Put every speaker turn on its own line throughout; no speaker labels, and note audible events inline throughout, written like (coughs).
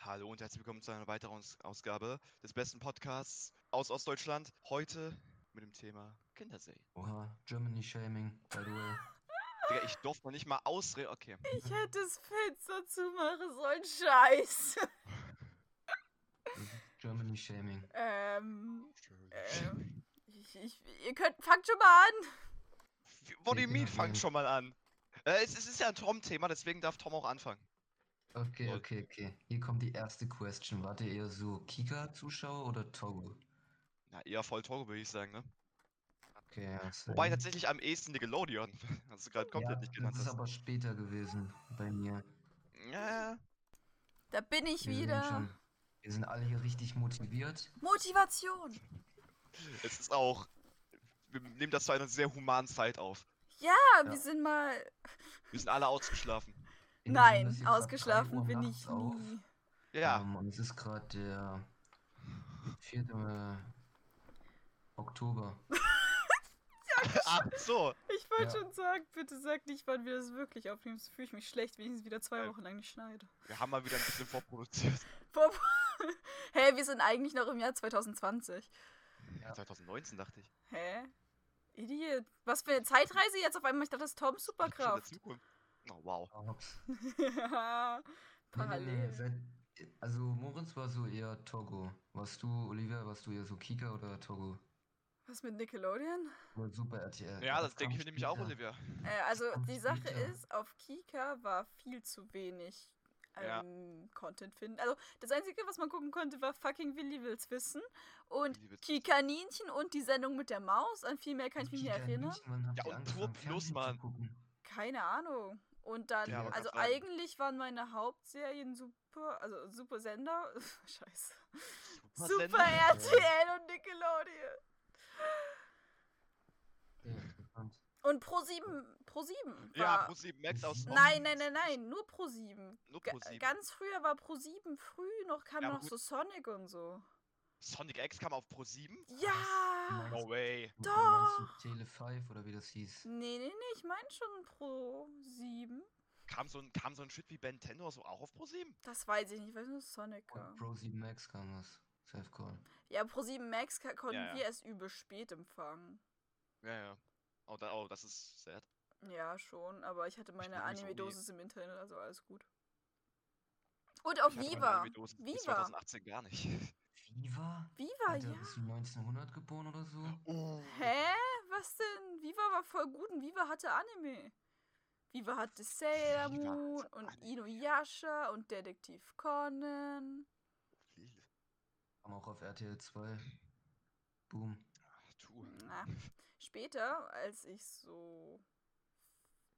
Hallo und herzlich willkommen zu einer weiteren Aus- Ausgabe des besten Podcasts aus Ostdeutschland. Heute mit dem Thema Kindersee.
Oha, Germany Shaming, by the way.
Digga, ich durfte noch nicht mal ausreden. Okay.
Ich hätte das Fenster zumachen sollen, scheiß.
Germany Shaming.
Ähm,
Äh.
ähm, ich, ich, ihr könnt, fangt schon mal an.
What do you mean?
Ja,
Fang
ja.
schon mal an. Äh, es, es ist ja ein Tom-Thema, deswegen darf Tom auch anfangen.
Okay,
Lol.
okay, okay. Hier kommt die erste Question. Wart ihr eher so Kika-Zuschauer oder Togo?
Na, eher voll Toro, würde ich sagen, ne?
Okay, ja. same.
Wobei tatsächlich am ehesten Nickelodeon. (laughs) Hast du gerade komplett
ja,
nicht genannt.
Das ist
Hast.
aber später gewesen bei mir.
Ja, ja.
Da bin ich
Wir sind,
wieder.
schon, wir sind alle hier richtig motiviert.
Motivation.
es ist auch. Wir nehmen das zu einer sehr humanen Zeit auf.
Ja,
Ja.
wir sind mal.
Wir sind alle ausgeschlafen.
Wir nehmen das
Nein,
hier grad drei
ausgeschlafen
Uhr
bin
nachts
ich
auf.
nie.
Ja,
Ähm, und es ist gerade der 4. Oktober.
(laughs) ach Ah, so.
Ich wollte
Ja.
schon sagen, bitte sag nicht, wann wir das wirklich aufnehmen. Sonst fühle ich mich schlecht, wenn ich es wieder zwei
Äh.
Wochen lang nicht schneide.
Wir haben mal wieder ein bisschen vorproduziert.
Boah, boah. (laughs) Hä, wir sind eigentlich noch im Jahr 2020.
Ja, 2019 dachte ich.
Hä? Idiot. Was für eine Zeitreise jetzt auf einmal? Ich dachte, das ist Toms
Ich bin schon in der
Superkraft.
Zukunft. Oh, wow.
Ah, Ups. Nee,
(laughs)
nee, nee,
Parallel.
seit- Also Moritz war so eher Togo. Warst du, Olivia, warst du eher so Kika oder Togo?
Was mit Nickelodeon?
Oder Super RTL?
Ja, das
kam
denke ich mir nämlich auch,
später.
Olivia.
Äh, also
kommt
die Sache
später.
ist, auf Kika war viel zu wenig
Ja.
ähm, Content finden. Also das Einzige, was man gucken konnte, war fucking Willi will's wissen und
Willi will's
Kikaninchen und die Sendung mit der Maus. An viel mehr kann ich mich nicht
Kika
erinnern.
Mädchen, wann habt
Ja,
ihr
und
angefangen,
Tour Plus,
Fernsehen zu
Mann.
gucken?
Keine Ahnung. Und dann,
Ja, aber
also
kann's sein.
eigentlich waren meine Hauptserien super, also super Sender, (laughs) scheiße, super
Sender.
RTL und Nickelodeon.
Ja, interessant.
Und Pro7, Pro7 war,
Ja, ProSieben Max aus.
nein, nein, nein, nein, nur Pro7.
Nur
Ga-
ProSieben.
Ganz früher war Pro 7 früh noch, kam
Ja, aber
noch so Sonic und so.
Sonic X kam auf ProSieben?
Ja!
No way.
Und dann meinst du Tele 5 oder wie das hieß?
Nee, nee, nee, ich meine schon Pro 7.
Kam so ein, kam so ein Shit wie Ben 10 oder so auch auf ProSieben?
Das weiß ich nicht, ich weiß nur Sonic.
Und
kam.
Pro 7 Max kam das. Safe Call.
Ja, Pro 7 Max ka- konnten
Ja, ja.
wir erst übel spät empfangen.
Ja, ja. Oh, da, oh das ist sad.
Ja, schon, aber ich hatte meine
glaub, ich auch nie.
Anime-Dosis im Internet, also alles gut. Und auf
Ich hatte meine
Viva.
Anime-Dosen Bis
Viva.
2018 gar nicht.
Viva?
Viva,
Alter,
ja.
bist du 1900 geboren oder so?
(laughs) Oh.
Hä? Was denn? Viva war voll gut und Viva hatte Anime. Viva hatte Sailor
Viva hatte
Moon und
Anime.
Inuyasha und Detektiv Conan.
Kam auch auf RTL 2. Boom.
Du.
Na, später, als ich so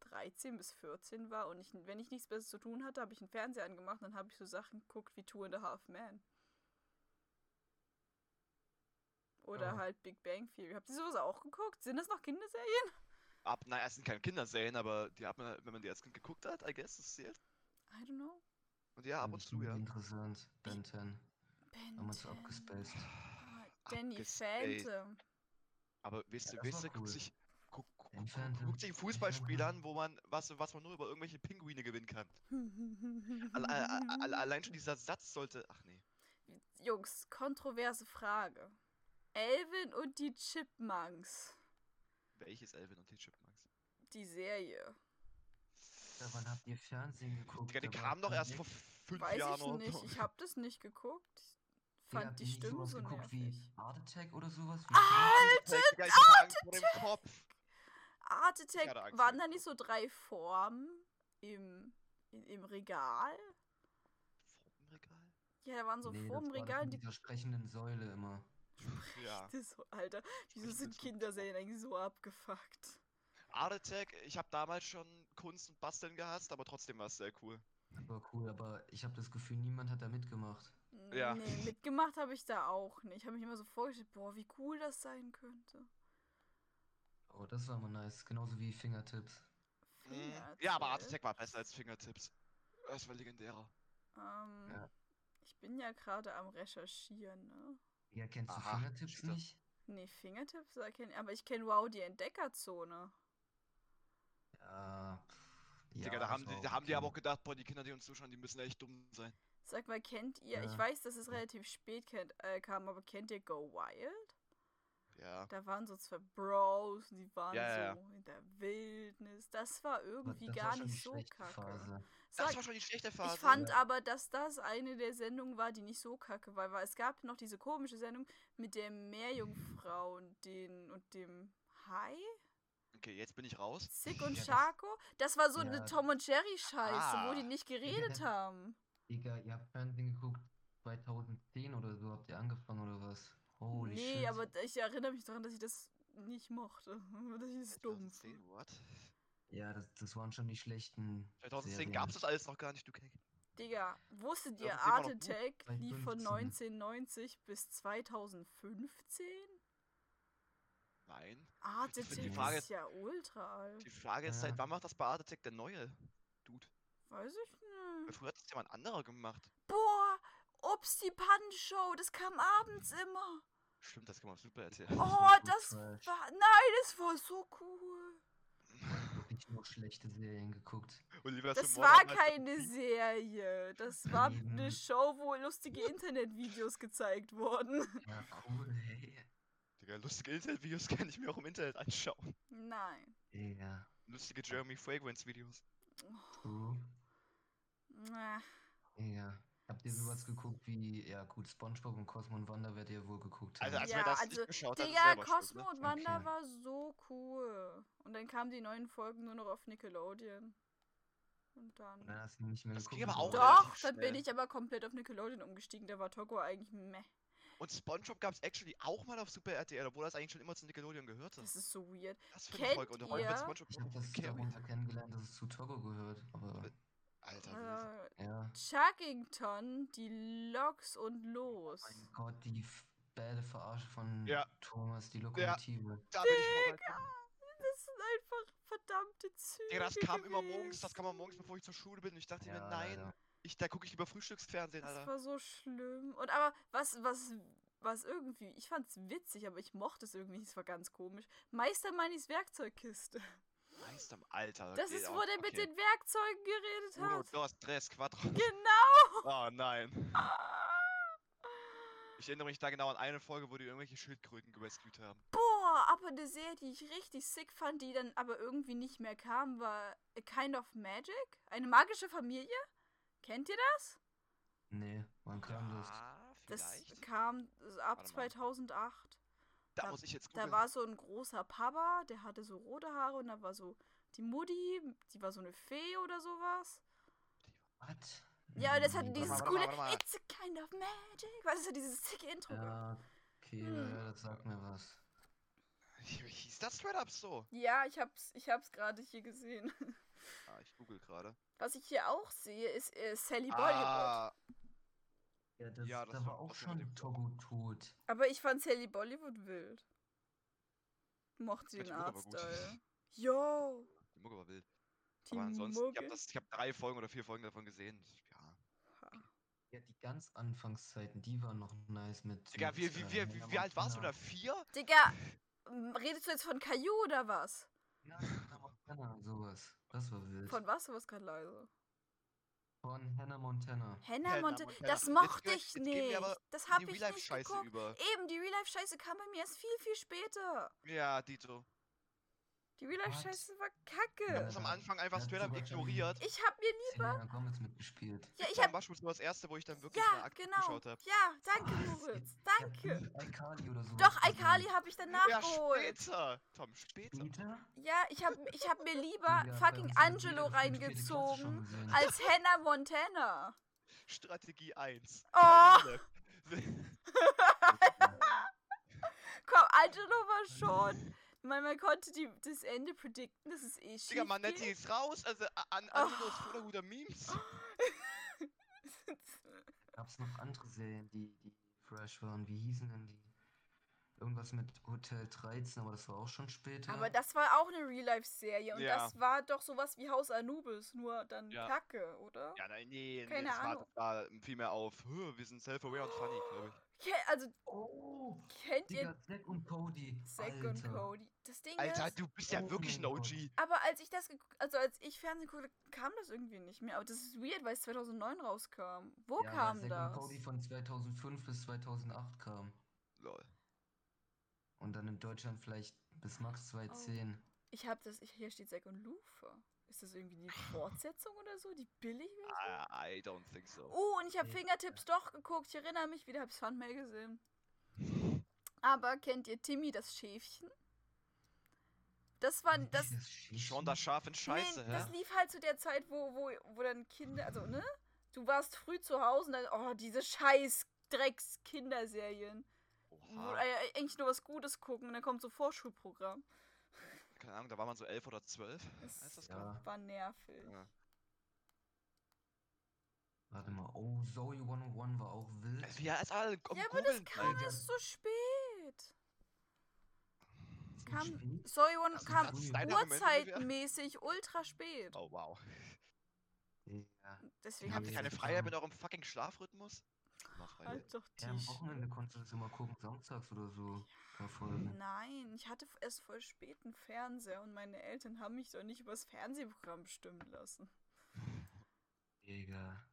13 bis 14 war und ich, wenn ich nichts Besseres zu tun hatte, habe ich einen Fernseher angemacht und dann habe ich so Sachen geguckt wie Two and a Half Man. Oder
Oh.
halt Big Bang Theory. Habt ihr sowas auch geguckt? Sind das noch Kinderserien?
Ab, nein, es sind keine Kinderserien, aber die hat man, wenn man die als Kind geguckt hat, I guess, das zählt.
I don't know.
Und ja, ab und zu, ja.
Interessant. Ben 10.
Ben
Haben wir uns
10.
abgespaced.
Oh, Danny
Abgespaced.
Phantom.
Aber wisst
Ja,
ihr,
das
wisst
war
ihr, guckt
cool.
sich, guck, guck,
Den
guck,
Fan-
guckt sich ein Fußballspiel an, wo man, was, was man nur über irgendwelche Pinguine gewinnen
(laughs)
kann. Alle, alle, alle, allein schon dieser Satz sollte, ach nee.
Jungs, kontroverse Frage. Elvin und die Chipmunks.
Welches Elvin und die Chipmunks?
Die Serie.
Ja, wann habt ihr Fernsehen geguckt?
Digga, die
Da war
kamen doch
Tom
erst
Hanks.
vor fünf
Weiß
Jahren
ich
oder
nicht.
so. (laughs)
Ich habe das nicht geguckt. Ich
Digga,
fand
habt
die
ihr nicht
Stimme
sowas
so
geguckt
nervig. Ah,
wie Art Attack oder sowas? Wie
Digga, Digga, ich hab Angst vor dem Kopf.
Art
Ich
Attack,
hatte Angst
waren
vor
da
dem
nicht so drei Formen im, in, im Regal?
Vom Regal?
Ja, da waren so
Nee, das
Formen im
war doch
Regal.
mit
Die,
dieser sprechenden Säule immer.
Ja.
das, Alter, (laughs) wieso
Sprechende
sind
Säule.
Kinderserien eigentlich so abgefuckt?
Art Attack, ich habe damals schon Kunst und Basteln gehasst, aber trotzdem war es sehr cool.
Das war cool, aber ich habe das Gefühl, niemand hat da mitgemacht.
Ja.
Nee, mitgemacht habe ich da auch nicht. Ich habe mich immer so vorgestellt, boah, wie cool das sein könnte.
Oh, das war mal nice. Genauso wie Fingertips.
Mhm.
Fingertipp.
Ja, aber Art Attack war besser als Fingertips. Das war legendärer.
Ähm,
Ja.
Ich bin ja gerade am Recherchieren, ne?
Ja, kennst du
Aha,
Fingertips
steht da.
nicht?
Nee, Fingertips erkennen. Aber ich kenne Wow die Entdeckerzone.
Ja. pff,
Digga,
ja,
da haben,
das war
die,
auch
da haben die
okay. also
aber auch gedacht, boah, die Kinder, die uns zuschauen, die müssen echt dumm sein.
Sag mal, kennt ihr, ich
Ja.
weiß, dass es relativ spät kennt, äh, kam, aber kennt ihr Go Wild?
Ja.
Da waren so zwei Bros, die waren
Ja, ja, ja.
so in der Wildnis. Das war irgendwie
das war
gar
schon die
nicht so
schlechte
kacke.
Phase.
Das
Sag-
war schon die schlechte Phase. ne?
Ich fand aber, dass das eine der Sendungen war, die nicht so kacke war, weil es gab noch diese komische Sendung mit der Meerjungfrau und, den, und dem Hai,
okay, jetzt bin ich raus.
Sick und
Ja, das-
Charco. Das war so eine
Ja.
Tom und Jerry Scheiße, wo die
Ah.
nicht geredet
das-
haben.
Digga, ihr habt Fernsehen geguckt, 2010 oder so habt ihr angefangen oder was? Holy
nee,
shit.
aber ich erinnere mich daran, dass ich das nicht mochte. (laughs) Das ist dumm.
2010, what?
Ja, das, das waren schon die schlechten
2010
Serien.
gab's das alles noch gar nicht, du Kek.
Digga, wusstet
Ja,
ihr,
das sieht man
Art
doch gut.
Attack
Bei
lief von
15.
1990 bis 2015?
Nein.
Art
Ich find
Attack
die Frage-
ist ja ultra alt.
Die Frage ist halt,
Ja.
wann macht das bei Art Attack der Neue? Dude.
Weiß ich nicht.
Früher hat das jemand anderer gemacht.
Boah, Ups, die Pannenshow, das kam abends immer.
Stimmt, das kann man super
Das
(laughs)
erzählen.
Oh,
war so
das
trash.
war, nein, das war so cool.
wirklich nur schlechte Serien geguckt.
Oliver
Das
Simon hat
war
mal-
keine Serie.
(laughs)
Das war
Mhm.
Eben.
eine Show, wo lustige Internetvideos gezeigt wurden. (laughs)
Ja, cool, hey.
Digga, lustige Internetvideos (laughs) kann ich mir auch im Internet anschauen.
Nein.
Ja,
Lustige Jeremy Fragrance Videos.
true.
Na,
Ja. Habt ihr sowas geguckt wie, ja gut, SpongeBob und Cosmo und Wanda werdet ihr wohl geguckt
Also,
haben.
als
Ja,
wir das
also,
nicht geschaut haben,
Digga,
selber schuld,
Cosmo
ne?
und Wanda
Okay.
war so cool. Und dann kamen die neuen Folgen nur noch auf Nickelodeon. Und dann.
Dann hast du nicht mehr
Das
geguckt.
ging aber auch
oder?
relativ
Doch, dann bin
schnell.
ich aber komplett auf Nickelodeon umgestiegen. Da war Togo eigentlich meh.
Und Spongebob gab's actually auch mal auf Super RTL, obwohl das eigentlich schon immer zu Nickelodeon gehörte.
Das ist so weird.
Das finde ich voll
kennt
unterhaltsam, wenn
ihr-
Spongebob
Ich hab
noch
das
umgekehrt wird.
darunter kennengelernt, dass es zu Togo gehört. Aber
Alter, wie-
Äh,
ja.
Chuggington, die Loks und los.
Mein Gott, die F- bäde Verarsche von
Ja.
Thomas, die Lokomotive.
da bin ich vorbei.
(laughs) Das sind einfach verdammte Züge.
Digga, das kam immer
gewesen.
morgens, das kam immer morgens, bevor ich zur Schule bin. Und ich dachte
Ja,
mir, nein,
leider.
ich, da gucke ich lieber Frühstücksfernsehen,
Das
Alter.
war so schlimm. Und aber was, was, was irgendwie, ich fand's witzig, aber ich mochte es irgendwie, nicht. es war ganz komisch. Meister Manis Werkzeugkiste.
Meister im Alter.
Das
okay,
ist,
ja,
wo der mit
okay.
den Werkzeugen geredet
Uno,
hat.
dos, tres, cuatro.
Genau.
(laughs) Oh nein. Ich erinnere mich da genau an eine Folge, wo die irgendwelche Schildkröten gerescued haben.
Boah, aber eine Serie, die ich richtig sick fand, die dann aber irgendwie nicht mehr kam, war A Kind of Magic. Eine magische Familie. Kennt ihr das?
Nee, wann kam das?
Ja,
Das
Ah, vielleicht.
kam so ab
Warte mal.
2008.
Da
da-
muss ich jetzt
Da
(laughs) gucken.
war so ein großer Papa, der hatte so rote Haare und da war so die Mutti, die war so eine Fee oder sowas.
Was?
Ja, und das
Nee,
hatte
warte
dieses
mal,
coole
warte mal.
It's a kind of magic. Weißt du, dieses sick Intro. Ja.
Ja, okay,
Hm.
ja, das sagt mir was.
Hieß das straight up so?
ja, ich hab's, ich hab's gerade hier gesehen. (laughs)
Ah, ich google gerade.
Was ich hier auch sehe, ist äh, Sally Bollywood.
Ah,
Ja, das,
Ja, das
da
war-
war auch
das war mit
schon
dem-
Togo tot.
Aber ich fand Sally Bollywood wild. Mochte
Ja,
den
die Mutter war gut.
Artstyle. Yo,
die Mucke war wild.
die
Aber ansonsten, ich
Mucke.
habe hab drei Folgen oder vier Folgen davon gesehen. Ja.
Ja, die ganz Anfangszeiten, die waren noch nice mit.
Digga,
mit,
wie, wie,
äh,
wie,
Hannah
wie, wie alt warst du da?
Montana.
Vier?
Digga, m, redest du jetzt von Caillou oder was?
Ja, Hannah Montana, und sowas. Das war wild.
Von was? Du warst gerade leise.
Von Hannah Montana.
Hannah
Hannah
Montana.
Montana.
Das
Jetzt
mochte
gehen-
ich
jetzt gehen wir
nicht.
aber um
Das
Die
habe ich nicht
Real-Life-Scheiße
geguckt.
über.
Eben, die Real-Life-Scheiße kam bei mir erst viel, viel später.
Ja, Dito.
Die
What?
Real-Life-Scheiße war
Ich hab
kacke.
das am Anfang einfach
Ja,
straight up
sogar schon.
ignoriert.
Ich hab mir nie...
Selena Gomez mitgespielt.
Ja, ich
Dann
hab...
war schon so das erste, wo ich dann wirklich mal
Ja,
aktiv
genau.
geschaut Ah, habe.
Ja, danke,
Was?
Moritz.
Ich hab
Danke.
nie Alkali oder sowas. Also,
Doch,
gesehen.
Alkali habe ich dann
Ja,
nachgeholt.
später. Tom, später.
Später?
Ja, ich hab, ich hab mir lieber
Digga, bei
fucking
uns hat das
Angelo
jeder fünfte, vierte Klasse schon
reingezogen
gesehen.
als Hannah Montana.
Strategie 1.
Oh. (laughs) Komm, Angelo war schon. Man, man konnte die, das Ende predikten, das ist eh schief.
Digga, Manetti
geht.
ist raus, also a- an Angelo
Oh.
ist voller guter
(laughs)
Memes.
Gab's noch andere Serien, die, die fresh waren? Wie hießen denn die? irgendwas mit Hotel 13, aber das war auch schon später.
Aber das war auch eine Real-Life-Serie und
Ja.
das war doch sowas wie Haus Anubis, nur dann
Ja.
Kacke, oder?
Ja, nein, nee, nee
Keine
das, war,
Ahnung.
das war vielmehr auf, "Huh, wir sind self-aware und funny, glaube ich.
Ke also
oh,
kennt
Digga,
ihr
Zack und Cody.
Zack
Alter.
und Cody? Das Ding
Alter,
ist.
du bist ja
Oh
wirklich ein
mein
OG.
Aber als ich das, geguckt- also als ich Fernsehen guckte, kam das irgendwie nicht mehr. Aber das ist weird, weil es 2009 rauskam. Wo
ja,
kam
Zack
das?
und Cody von 2005 bis 2008 kam.
Lol.
Und dann in Deutschland vielleicht bis max
Oh.
2010.
Ich habe das, ich, hier steht Zack und Lufer. Ist das
(sighs)
irgendwie die Fortsetzung oder so? Die billig
I, I don't think so.
Oh, und ich habe
Ja.
Fingertips doch geguckt. Ich erinnere mich wieder, hab's Funmail gesehen. Aber kennt ihr Timmy das Schäfchen? Das war das.
Dieses
Schon
Schäfchen.
das Schaf in Scheiße,
nee,
hä?
das lief halt zu der Zeit, wo, wo, wo dann Kinder, also ne? Du warst früh zu Hause und dann, oh, diese scheiß Drecks-Kinderserien. Wo
Oha.
äh, eigentlich nur was Gutes gucken und dann kommt so Vorschulprogramm.
Keine Ahnung, da war man so elf oder zwölf.
Das
Als das kam.
Ja,
war nervig.
Ja.
warte mal. Oh, Zoe 101 war auch wild.
Also, ja, ist alle am
Ja, aber das
Googeln,
kam
Alter.
erst so spät.
Ist
kam-
spät.
Sorry, One
Das ist
kam
das
Also, dein Argument ungefähr?
urzeitmäßig ultra spät.
Oh, wow.
Ja.
Deswegen
Ja,
hab
Habt ihr
nee,
ich
keine
das
Freiheit
kam-
mit eurem fucking Schlafrhythmus? Immer Freiheit.
halt doch
Ja, am
Tisch.
Wochenende konntest du das immer gucken, samstags oder so verfolgen.
Nein, ich hatte erst voll spät einen Fernseher und meine Eltern haben mich doch nicht übers Fernsehprogramm bestimmen lassen.
Digga.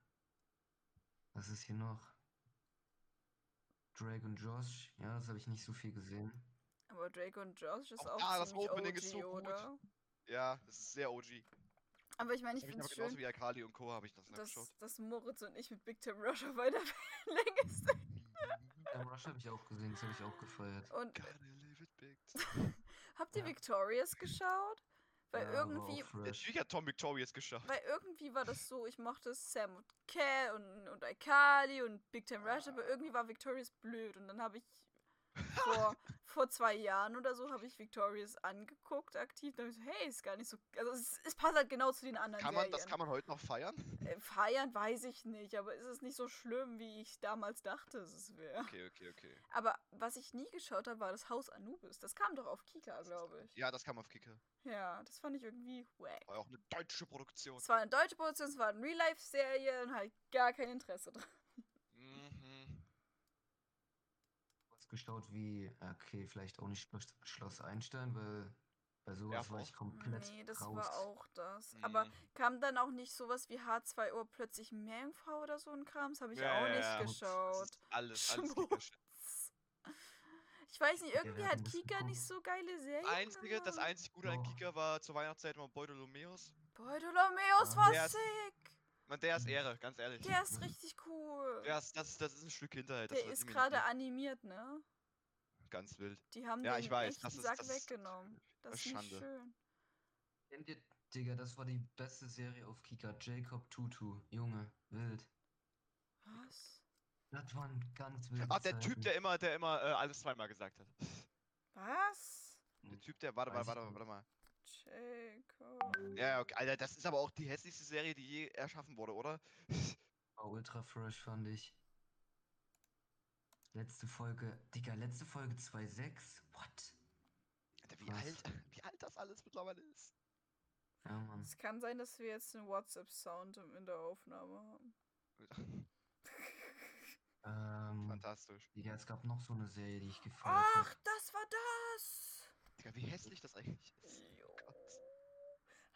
Was ist hier noch? Drake und Josh. Ja, das habe ich nicht so viel gesehen.
Aber Drake und Josh ist
Auch
auch
da, das
ziemlich OG,
Opening ist so gut.
oder?
Ja, das ist sehr OG.
Aber ich meine, ich
hab ich
finde
aber
es
genauso
schön,
wie Akali und Co. habe ich das
dass, (laughs)
nachgeschaut.
dass Moritz und ich mit Big Time Rush auf einer (laughs) Wellenlänge sind.
Ja, Rush habe ich auch gesehen, das habe ich auch gefeiert.
Und
Gotta live it big.
habt ihr
Ja.
Victorious geschaut? Weil
ja,
irgendwie,
War auch fresh.
Natürlich hat Tom Victorious geschafft.
Weil irgendwie war das so, ich mochte Sam und Cal und, und Ikali und Big Time Rush, aber irgendwie war Victorious blöd. Und dann habe ich
(laughs)
vor, vor zwei Jahren oder so, habe ich Victorious angeguckt, aktiv. Dann hab ich so, hey, ist gar nicht so. Also es, es passt halt genau zu den anderen
Kann man,
Serien.
das kann man heute noch feiern?
Äh, Feiern weiß ich nicht, aber ist es nicht so schlimm, wie ich damals dachte, es wäre.
Okay, okay, okay.
Aber was ich nie geschaut habe, war das Haus Anubis. Das kam doch auf Kika, glaube ich.
Ja, das kam auf Kicker.
Ja, das fand ich irgendwie wack.
War ja auch eine deutsche Produktion.
Es war eine deutsche Produktion, es war eine Real-Life-Serie und halt gar kein Interesse dran.
Mhm.
Was gestaut wie, okay, vielleicht auch nicht Schloss, Schloss Einstein, weil bei sowas war
auch.
ich komplett
Nee, das
raus.
war auch das. Aber
Mhm.
kam dann auch nicht sowas wie H2 Uhr plötzlich Meerjungfrau oder so ein Kram? Das habe ich
Ja,
auch
ja,
nicht
ja.
Das
geschaut.
Das ist alles, alles
Schmutz.
Kicker-Shit.
Ich weiß nicht,
Ja,
irgendwie
wir
hat
hatten das
Kika nicht
geguckt.
so geile Serien.
Das einzige, das
gemacht.
einzig Gute an
Doch.
Kicker war zur Weihnachtszeit immer Beutolomeus.
Bartholomäus
Ja.
war
Der ist-
sick.
Man, der
Mhm.
ist Ehre, ganz ehrlich.
Der ist richtig cool.
Der ist, das, das ist ein Stück Hinterhalt. das
Der
weiß
ist
ich mir nicht
gerade
mehr.
animiert, ne?
Ganz wild.
Die haben
Ja,
den
ich weiß,
echten
das ist-
Sack
das ist-
weggenommen. Das
das ist
ist nicht
Schande.
schön.
Kennt ihr, Digga, das war die beste Serie auf Kika. Jacob Tutu. Junge, wild.
Was?
Das waren ganz wilde
Ach, Ah, der Typ,
Zeiten.
der immer, der immer äh, alles zweimal gesagt hat.
Was?
Der Typ, der, warte mal,
Mhm. Weiß ich
warte mal,
nicht.
warte mal.
Jacob.
Ja, ja, okay. Alter, das ist aber auch die hässlichste Serie, die je erschaffen wurde, oder?
War ultra fresh, fand ich. Letzte Folge, Digga, letzte Folge 2.6. What?
Alter, wie
Was?
alt, (laughs) wie alt das alles mittlerweile
(laughs)
ist.
Ja, Mann.
Es kann sein, dass wir jetzt einen WhatsApp-Sound im- in der Aufnahme haben.
Ähm,
Fantastisch.
Digga, es gab noch so eine Serie, die ich gefeiert
Ach,
habe.
das war das!
Digga, wie hässlich das eigentlich ist.
Jo.
Gott.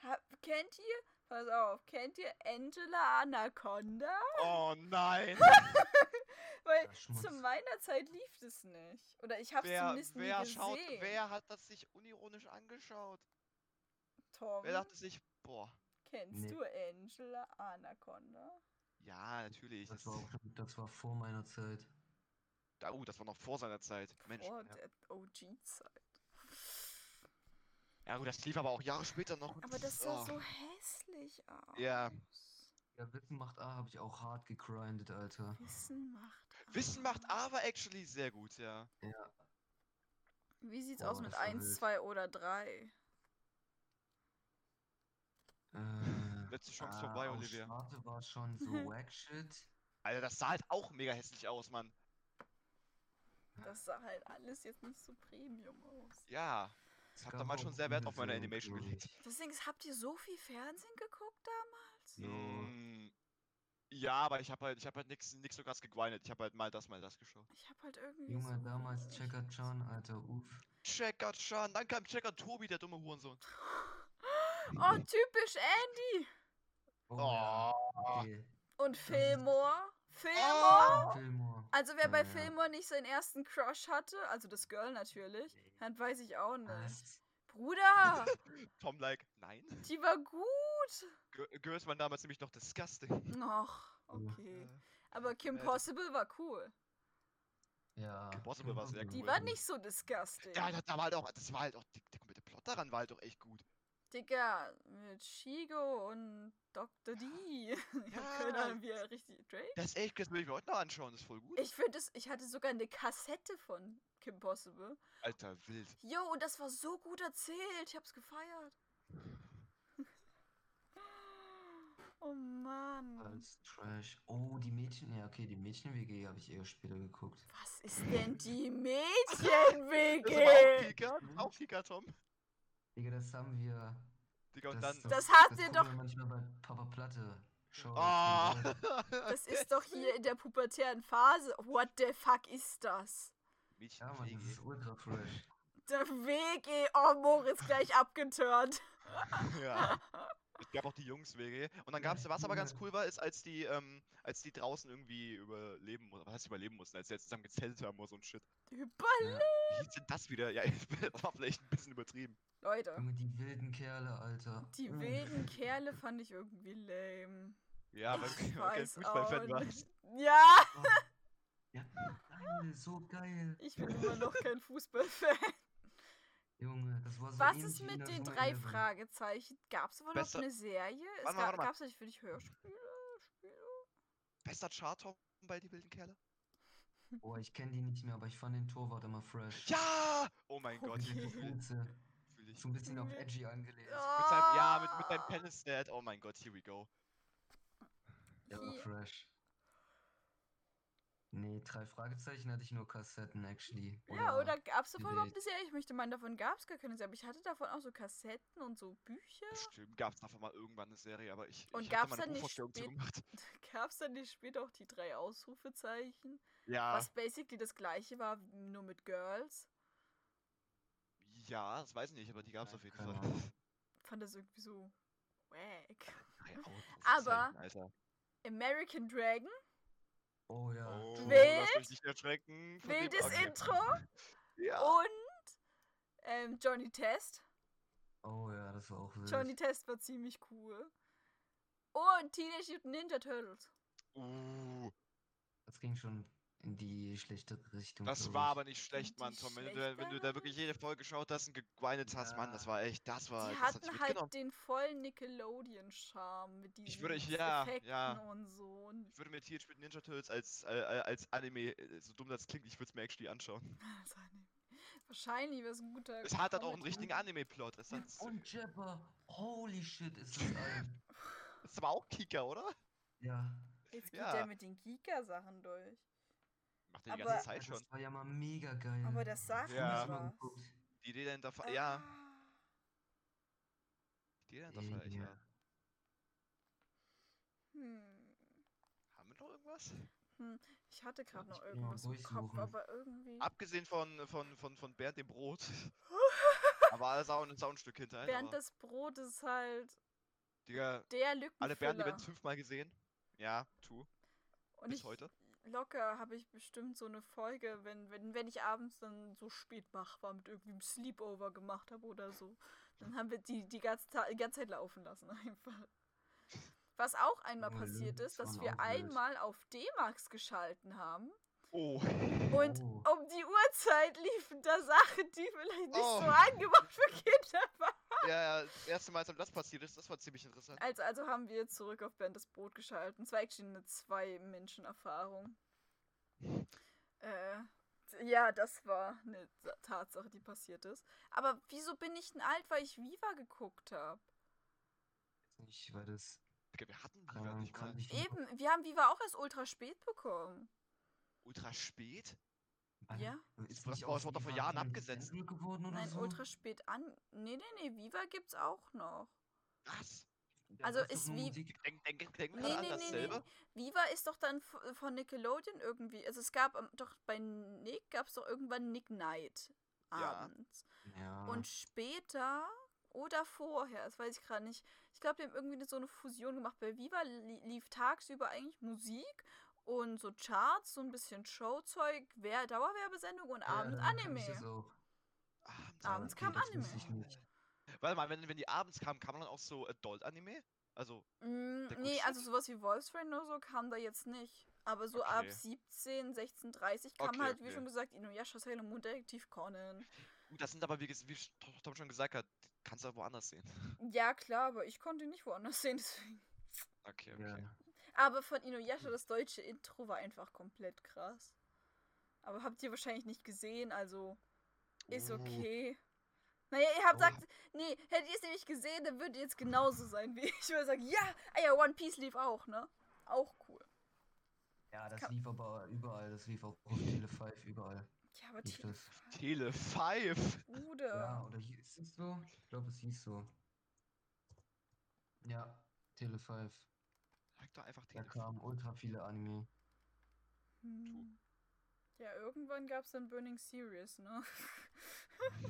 Ha kennt ihr? Pass auf, kennt ihr Angela Anaconda?
Oh
(laughs)
nein!
Weil
Ja, Schmutz.
zu meiner Zeit lief das nicht. Oder ich hab's
wer
zumindest nie
wer
gesehen.
schaut, wer hat das sich unironisch angeschaut?
Tom,
Wer dachte sich, boah,
kennst
Nee.
du Angela Anaconda?
ja, natürlich.
Das
Das
war, auch schon, das war vor meiner Zeit.
da, oh, das war noch vor seiner Zeit. Mensch.
Vor
ja.
Oh, der OG-Zeit.
Ja gut, das lief aber auch Jahre später noch. und
Aber das sah
oh.
so hässlich aus.
Ja.
Ja, Wissen macht A habe ich auch hart gegrindet, Alter.
Wissen macht.
Wissen macht
Angst.
aber actually sehr gut, ja.
Wie sieht's
Boah,
aus mit
das war
1,
wild.
2 oder 3?
Äh,
Letzte Chance vorbei,
auch
Olivia.
Schwarte war
(laughs)
schon so wack shit.
Alter, das sah halt auch mega hässlich aus, Mann.
Das sah halt alles jetzt nicht so Premium aus.
Ja, ich hab damals schon sehr Wert auf meine Animation gelegt.
Deswegen habt ihr so viel Fernsehen geguckt damals?
Ja.
Mm, Ja, aber ich habe halt, ich hab halt nichts nix so krass gegrindet. Ich habe halt mal das, mal das geschaut.
Ich hab halt irgendwie.
Junge,
so-
damals Checker John, Alter, uff.
Checker Chan, dann kam Checker Tobi, der dumme Hurensohn.
Oh, typisch Andy!
Oh ja,
Oh.
okay.
Und Fillmore. Fillmore!
Oh.
Fillmore.
Also wer bei
Ah! Ja, ja.
Fillmore nicht seinen ersten Crush hatte, also das Girl natürlich, dann weiß ich auch nicht.
Was?
Bruder,
Tom like, nein.
die war gut.
Gir- Girls waren damals nämlich noch disgusting.
Noch, okay. Aber Kim
Äh,
Possible war cool.
Ja.
Impossible war sehr
Die
cool.
war nicht so disgusting.
Ja, das, da war halt auch, das war halt auch, die- der komplette Plot daran war halt auch echt gut.
Digga, mit Shigo und Dr. D. (laughs) Ich hab keine
Ja.
Ahnung, wie er richtig Drake.
Das ist echt, das will ich mir heute noch anschauen, das ist voll gut.
Ich finde es, ich hatte sogar eine Kassette von Kim Possible.
Alter, wild.
Jo, und das war so gut erzählt. Ich hab's gefeiert. (laughs) Oh Mann.
Als Trash. Oh, die Mädchen. Ja, okay, die Mädchen-WG habe ich eher später geguckt.
Was ist denn (laughs) die
Das ist aber auch
Mädchen-WG?
Kika, das ist auch Kika, Tom.
Digga, das haben wir.
Digga, und dann.
Das habt ihr
gucken
doch-
Wir manchmal bei Papa Platte. Schau.
Ah!
Das ist doch hier in der pubertären Phase. What the fuck ist das?
Mädchen
Ja, Mann,
(laughs)
das ist ultra fresh.
Der WG. Oh, Moritz gleich abgeturnt. (laughs)
Ja. Es gab auch die Jungs-WG. Und dann gab es, was aber ganz
Junge.
cool war, ist, als die, ähm, als die draußen irgendwie überleben mussten, was heißt überleben mussten, als sie jetzt zusammen gezählt haben oder so ein Shit.
Überall.
Wie hieß denn das wieder? Ja, (laughs) das war vielleicht ein bisschen übertrieben.
Leute,
Junge, die wilden Kerle, Alter.
die
Uff.
wilden Kerle fand ich irgendwie lame.
Ja, weil
Ich
du kein
weiß
Fußballfan
auch
warst.
nicht. Ja,
Oh. Ja, geil, so geil.
ich bin immer noch kein Fußballfan.
Junge, das war so
Was
ähnlich
ist
wie
mit
in der
den
Summe
drei
Eleven.
Fragezeichen? Gab es überhaupt
Besser-
eine Serie?
Warte
Es
mal,
ga
warte mal.
gab es nicht für dich Hörspiele? Spiele?
Bester Chartop bei die wilden Kerle?
Boah, ich kenne die nicht mehr, aber ich fand den Torwart immer fresh.
Ja! Oh mein
Oh
Gott, ich
je.
fühl,
Mit
fühl
Pilze.
dich.
So ein bisschen auf
Junge.
edgy angelegt.
Mit seinem, ja, mit, mit
Ah!
seinem Penis Dad. Oh mein Gott, here we go.
Ja,
Hier.
fresh. Nee, drei Fragezeichen hatte ich nur Kassetten, actually.
Ja, oder gab es davon
Nee.
überhaupt eine Serie? Ich möchte meinen, davon gab es gar keine Serie. Aber ich hatte davon auch so Kassetten und so Bücher. (laughs)
Bestimmt gab es davon mal irgendwann eine Serie, aber ich,
Und
ich
gab's
hab da
dann
meine
nicht
Buchvorstellung zu
spät-
gemacht.
Gab es dann nicht später auch die drei Ausrufezeichen?
Ja,
Was basically das gleiche war, nur mit Girls.
ja, das weiß ich nicht, aber die gab es
Ja,
auf jeden
keine
Fall.
Ahnung.
Fand das irgendwie so wack.
Drei
Aber-
Ausrufezeichen, Alter.
American Dragon,
Oh ja.
Oh,
Wild,
lass mich nicht erschrecken. von dem
wildes
Anfang.
Intro Oh.
Ja.
und ähm, Johnny Test.
Oh ja, das war auch wild.
Johnny Test war ziemlich cool. Und Teenage Mutant Ninja Turtles.
Uh,
Das ging schon in die schlechtere Richtung.
das
glaub
war
ich.
aber nicht schlecht,
die
Mann, Tom. Wenn du, da- wenn du da
schlechter?
wirklich jede Folge geschaut hast und gegrindet hast, Mann, das
Ja.
war echt, Oh, das war,
Die
das hat
hatten
sich genau, mitgenommen.
halt den vollen Nickelodeon-Charme mit diesen
Ich würde- ich- ja,
Effekten
ja.
und so. Und (laughs)
Ich würde mir Teenage Mutant Ninja Turtles als, äh, äh, als Anime, äh, so dumm das klingt, ich würde es mir actually anschauen.
also, nee. Wahrscheinlich wäre es ein guter.
Es hat halt auch einen
Comic-
richtigen Anime-Plot. Es hat-
Und Jepper. Holy shit, ist das
(laughs)
ein.
ist aber auch Kika, oder?
ja.
Jetzt geht
Ja.
der mit den Giga-Sachen durch.
Macht er die
Aber-
ganze
Ja,
Zeit schon.
Das Also, war ja mal mega geil.
Aber das sagt
Ja.
ja.
ja.
nicht was.
Die Idee dahinter, fa- ja,
Ah.
die Idee dahinter war echt,
Ja.
ja.
Hm.
Haben wir noch irgendwas?
Mhm. Ich hatte gerade
Ich
noch
bin mal
irgendwas im Kopf,
durchsuchen.
aber irgendwie.
Abgesehen von, von, von, von Bernd dem
(laughs)
Brot. aber da ist auch ein, ist auch ein Stück hinterher.
Während
aber,
das Brot ist halt
Digga,
der
alle
Lückenfüller.
Bernd-Events fünfmal gesehen. Ja, tu.
Und
bis
ich,
heute.
locker habe ich bestimmt so eine Folge, wenn, wenn, wenn ich abends dann so spät wach war, mit irgendwie einem Sleepover gemacht habe oder so. Dann haben wir die die ganze, Ta die ganze Zeit laufen lassen (laughs) einfach. Was auch einmal
Junge,
passiert ist,
das
dass
waren
wir
auch wild.
einmal auf D-Max geschalten haben
Oh.
und
Oh.
um die Uhrzeit liefen da Sachen, die vielleicht nicht
Oh.
so angebracht für Kinder waren.
ja, ja, das erste Mal, als am das passiert ist, das war ziemlich interessant.
Also, also haben wir zurück auf Bernd das Brot geschalten. Es war actually eine
(laughs)
Zwei-Menschen-Erfahrung. Äh, ja, das war eine Sa- Tatsache, die passiert ist. Aber wieso bin ich denn alt, weil ich Viva geguckt habe?
Nicht, weil das.
Digga, wir hatten die
keine
gar
Ahnung,
nicht mal.
kannte ich nicht.
Eben, wir haben Viva auch erst ultra spät bekommen.
Ultra spät?
Wann-
Ja?
Das war- das wurde doch vor Jahren
Viva im
abgesetzt.
Dezember geworden oder
Nein,
so?
ultra spät an. Nee, nee, nee, Viva gibt's auch noch.
Was?
Da
also
läuft doch
ist
nur
wie-
Musik-
Denk, denk, denk
Nee,
gerade
nee,
an
nee,
dasselbe.
Viva ist doch dann f- von Nickelodeon irgendwie. Also es gab am- doch bei Nick gab es doch irgendwann Nick Night
Ja.
abends.
Ah.
Ja.
Und später oder vorher, das weiß ich gerade nicht. Ich glaube, die haben irgendwie so eine Fusion gemacht. Bei Viva li lief tagsüber eigentlich Musik und so Charts, so ein bisschen Showzeug, Wer Dauerwerbesendung und abends
dann kann ich
Anime.
das auch.
Abends.
Ah,
Abends
okay,
kam
das wusste
Anime.
ich nicht.
Warte mal, wenn, wenn die abends kamen, kam dann auch so Adult-Anime? Also,
Mm,
Der
nee,
Gutschnitt?
also sowas wie Wolfsfriend oder so kam da jetzt nicht. Aber so ab
Okay.
17, 16, 30 kam
Okay,
halt, wie
okay.
schon gesagt, Inuyasha, Sailor Moon, Detektiv Conan.
gut, das sind aber, wie, ges- wie Sch- Tom schon gesagt hat, kannst du auch woanders sehen.
Ja, klar, aber ich konnte ihn nicht woanders sehen, (laughs) deswegen.
Okay, okay.
Ja.
Aber von Inuyasha, das deutsche Intro war einfach komplett krass. Aber habt ihr wahrscheinlich nicht gesehen, also ist
Oh.
okay. Naja, ihr habt
Oh.
sagt, nee, hättet ihr es nämlich gesehen, dann würdet ihr jetzt genauso sein wie ich. (laughs) Ich würde sagen, ja, ah ja, One Piece lief auch, ne? Auch cool.
Ja, das
Kann-
lief aber überall, das lief auch auf Tele 5 überall.
Ja, aber
Lief
Tele
das.
Tele 5.
Bruder.
Ja, oder hieß es so? Ich glaube, es hieß so. Ja, Tele 5.
Sag doch einfach
Da
Tele 5.
kamen ultra viele Anime.
Hm. Ja, irgendwann gab es dann Burning Series,
(laughs)
ne?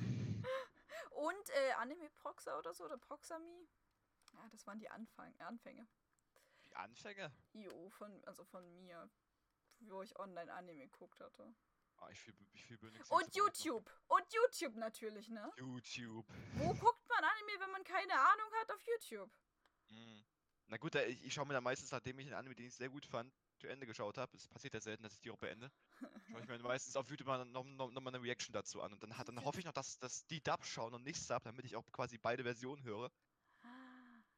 Und äh, Anime Proxa oder so, oder Proxami. Ja, das waren die Anfang Anfänge.
Die Anfänge?
Jo, von, also von mir, wo ich online Anime geguckt hatte.
Ah, ich fühl, ich fühl Bönix jetzt
Und
aber heute noch.
YouTube. Und YouTube natürlich, ne?
YouTube.
Wo guckt man Anime, wenn man keine Ahnung hat auf YouTube?
Mm. Na gut, da- ich, ich schaue mir dann meistens, nachdem ich einen Anime, den ich sehr gut fand, zu Ende geschaut habe. Es passiert ja selten, dass ich die auch
(laughs)
beende. Schaue ich mir dann meistens auf YouTube mal noch, noch, noch mal eine Reaction dazu an. Und dann, hat, dann hoffe ich noch, dass, dass die Dub schauen und nicht Sub, damit ich auch quasi beide Versionen höre.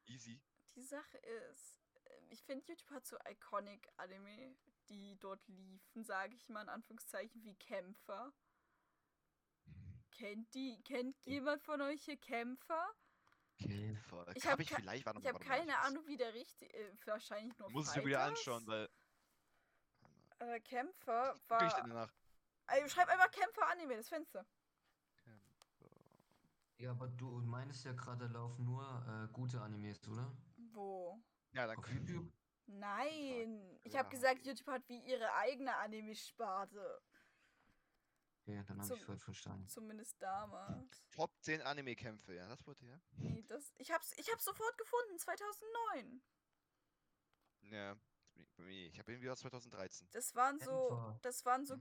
Easy.
Ah, Die Sache ist, äh, ich finde, YouTube hat so iconic Anime, die dort liefen, sage ich mal in Anführungszeichen, wie Kämpfer. Kennt die, kennt jemand von euch hier Kämpfer?
Okay.
Voll.
Ich
Hab
hab
ich
kei-
vielleicht, warte
Ich
mal,
habe
warte mal,
keine
muss-
Ahnung, wie der richtig, äh, wahrscheinlich nur
Muss ich mir wieder
Freitags.
anschauen, weil.
Aber Kämpfer
Guck ich
war,
dann danach.
also, schreib einfach Kämpfer Anime, das Fenster.
Ja, aber du meinst ja gerade, da laufen nur äh, gute Animes, oder?
Wo?
Ja, dann
Auf YouTube?
Nein, ich habe
Ja,
gesagt,
okay.
YouTube hat wie ihre eigene Anime-Sparte.
Okay, dann habe ich
Zum-
falsch verstanden.
Zumindest damals.
Top 10 Anime-Kämpfe, ja, das wollte ja.
Nee, das, ich hab's, ich hab's sofort gefunden, 2009.
Ja. Nee, Ich habe irgendwie aus 2013.
Das waren so,
Kämpfer.
das waren so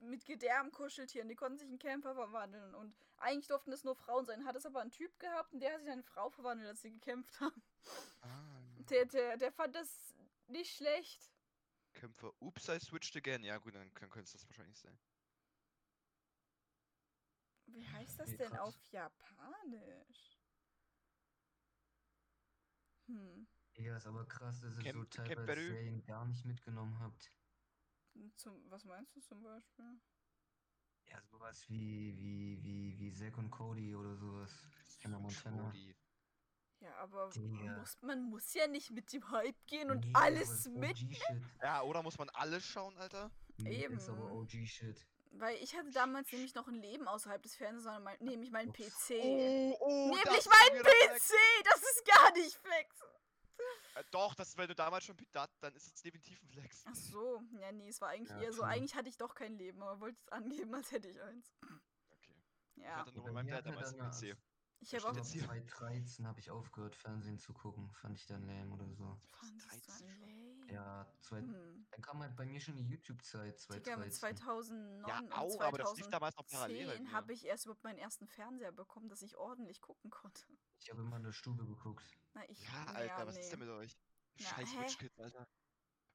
mit Gedärm Kuscheltieren, die konnten sich in Kämpfer verwandeln und eigentlich durften es nur Frauen sein. Hat es aber einen Typ gehabt und der hat sich in eine Frau verwandelt, als sie gekämpft haben.
Ah.
Der, der, der fand das nicht schlecht.
Kämpfe. Oops, I switched again. Ja, gut, dann könnte es das wahrscheinlich nicht sein.
Wie heißt das
Nee,
denn
krass.
auf Japanisch? Hm,
Ja, ist aber krass, dass ihr so
Camp-
teilweise
Camperü.
Serien gar nicht mitgenommen habt.
zum, was meinst du zum Beispiel?
Ja, sowas wie, wie, wie, wie Zack und Cody oder sowas. Hannah Montana.
Schwoli.
Ja, aber
Digga.
muss, man muss ja nicht mit dem Hype gehen und
Nee, aber das
alles
ist
mit
OG-Shit.
Ja, oder muss man alles schauen, Alter?
Nee, das Ist aber
Eben.
OG-Shit.
Weil ich hatte damals nämlich noch ein Leben außerhalb des Fernsehens, sondern mein, nämlich meinen PC. Äh,
oh,
Nämlich
das ist
mein
mir doch weg.
PC! Das ist gar nicht Flex!
Äh, doch, das, wenn du damals schon Pidat, dann ist es definitiv ein Flex.
Ach so, ja, nee, es war eigentlich
Ja,
eher so.
true.
Eigentlich hatte ich doch kein Leben, aber wollte es angeben, als hätte ich eins.
Okay. Ich
Ja,
hatte nur
Bei
in meinem
mir
Dad
hat mir
damals
dann
einen PC.
ich habe
steht
auch.
jetzt hier.
2013 habe ich aufgehört, Fernsehen zu gucken. Fand ich dann lame oder so.
Fandest du
13 schon.
ein Lame?
Ja, zwei,
Hm.
dann kam halt bei mir schon die YouTube-Zeit
Digga, mit
2013.
2009
Ja,
und
au, aber das lief damals noch parallel. bei
2010
mir.
habe ich erst überhaupt meinen ersten Fernseher bekommen, dass ich ordentlich gucken konnte. (laughs)
Ich habe immer in der Stube geguckt.
Na, ich.
Ja, Alter, was ist denn
nee.
mit euch?
Na,
Scheiß
hä?
Rich Kids, Alter.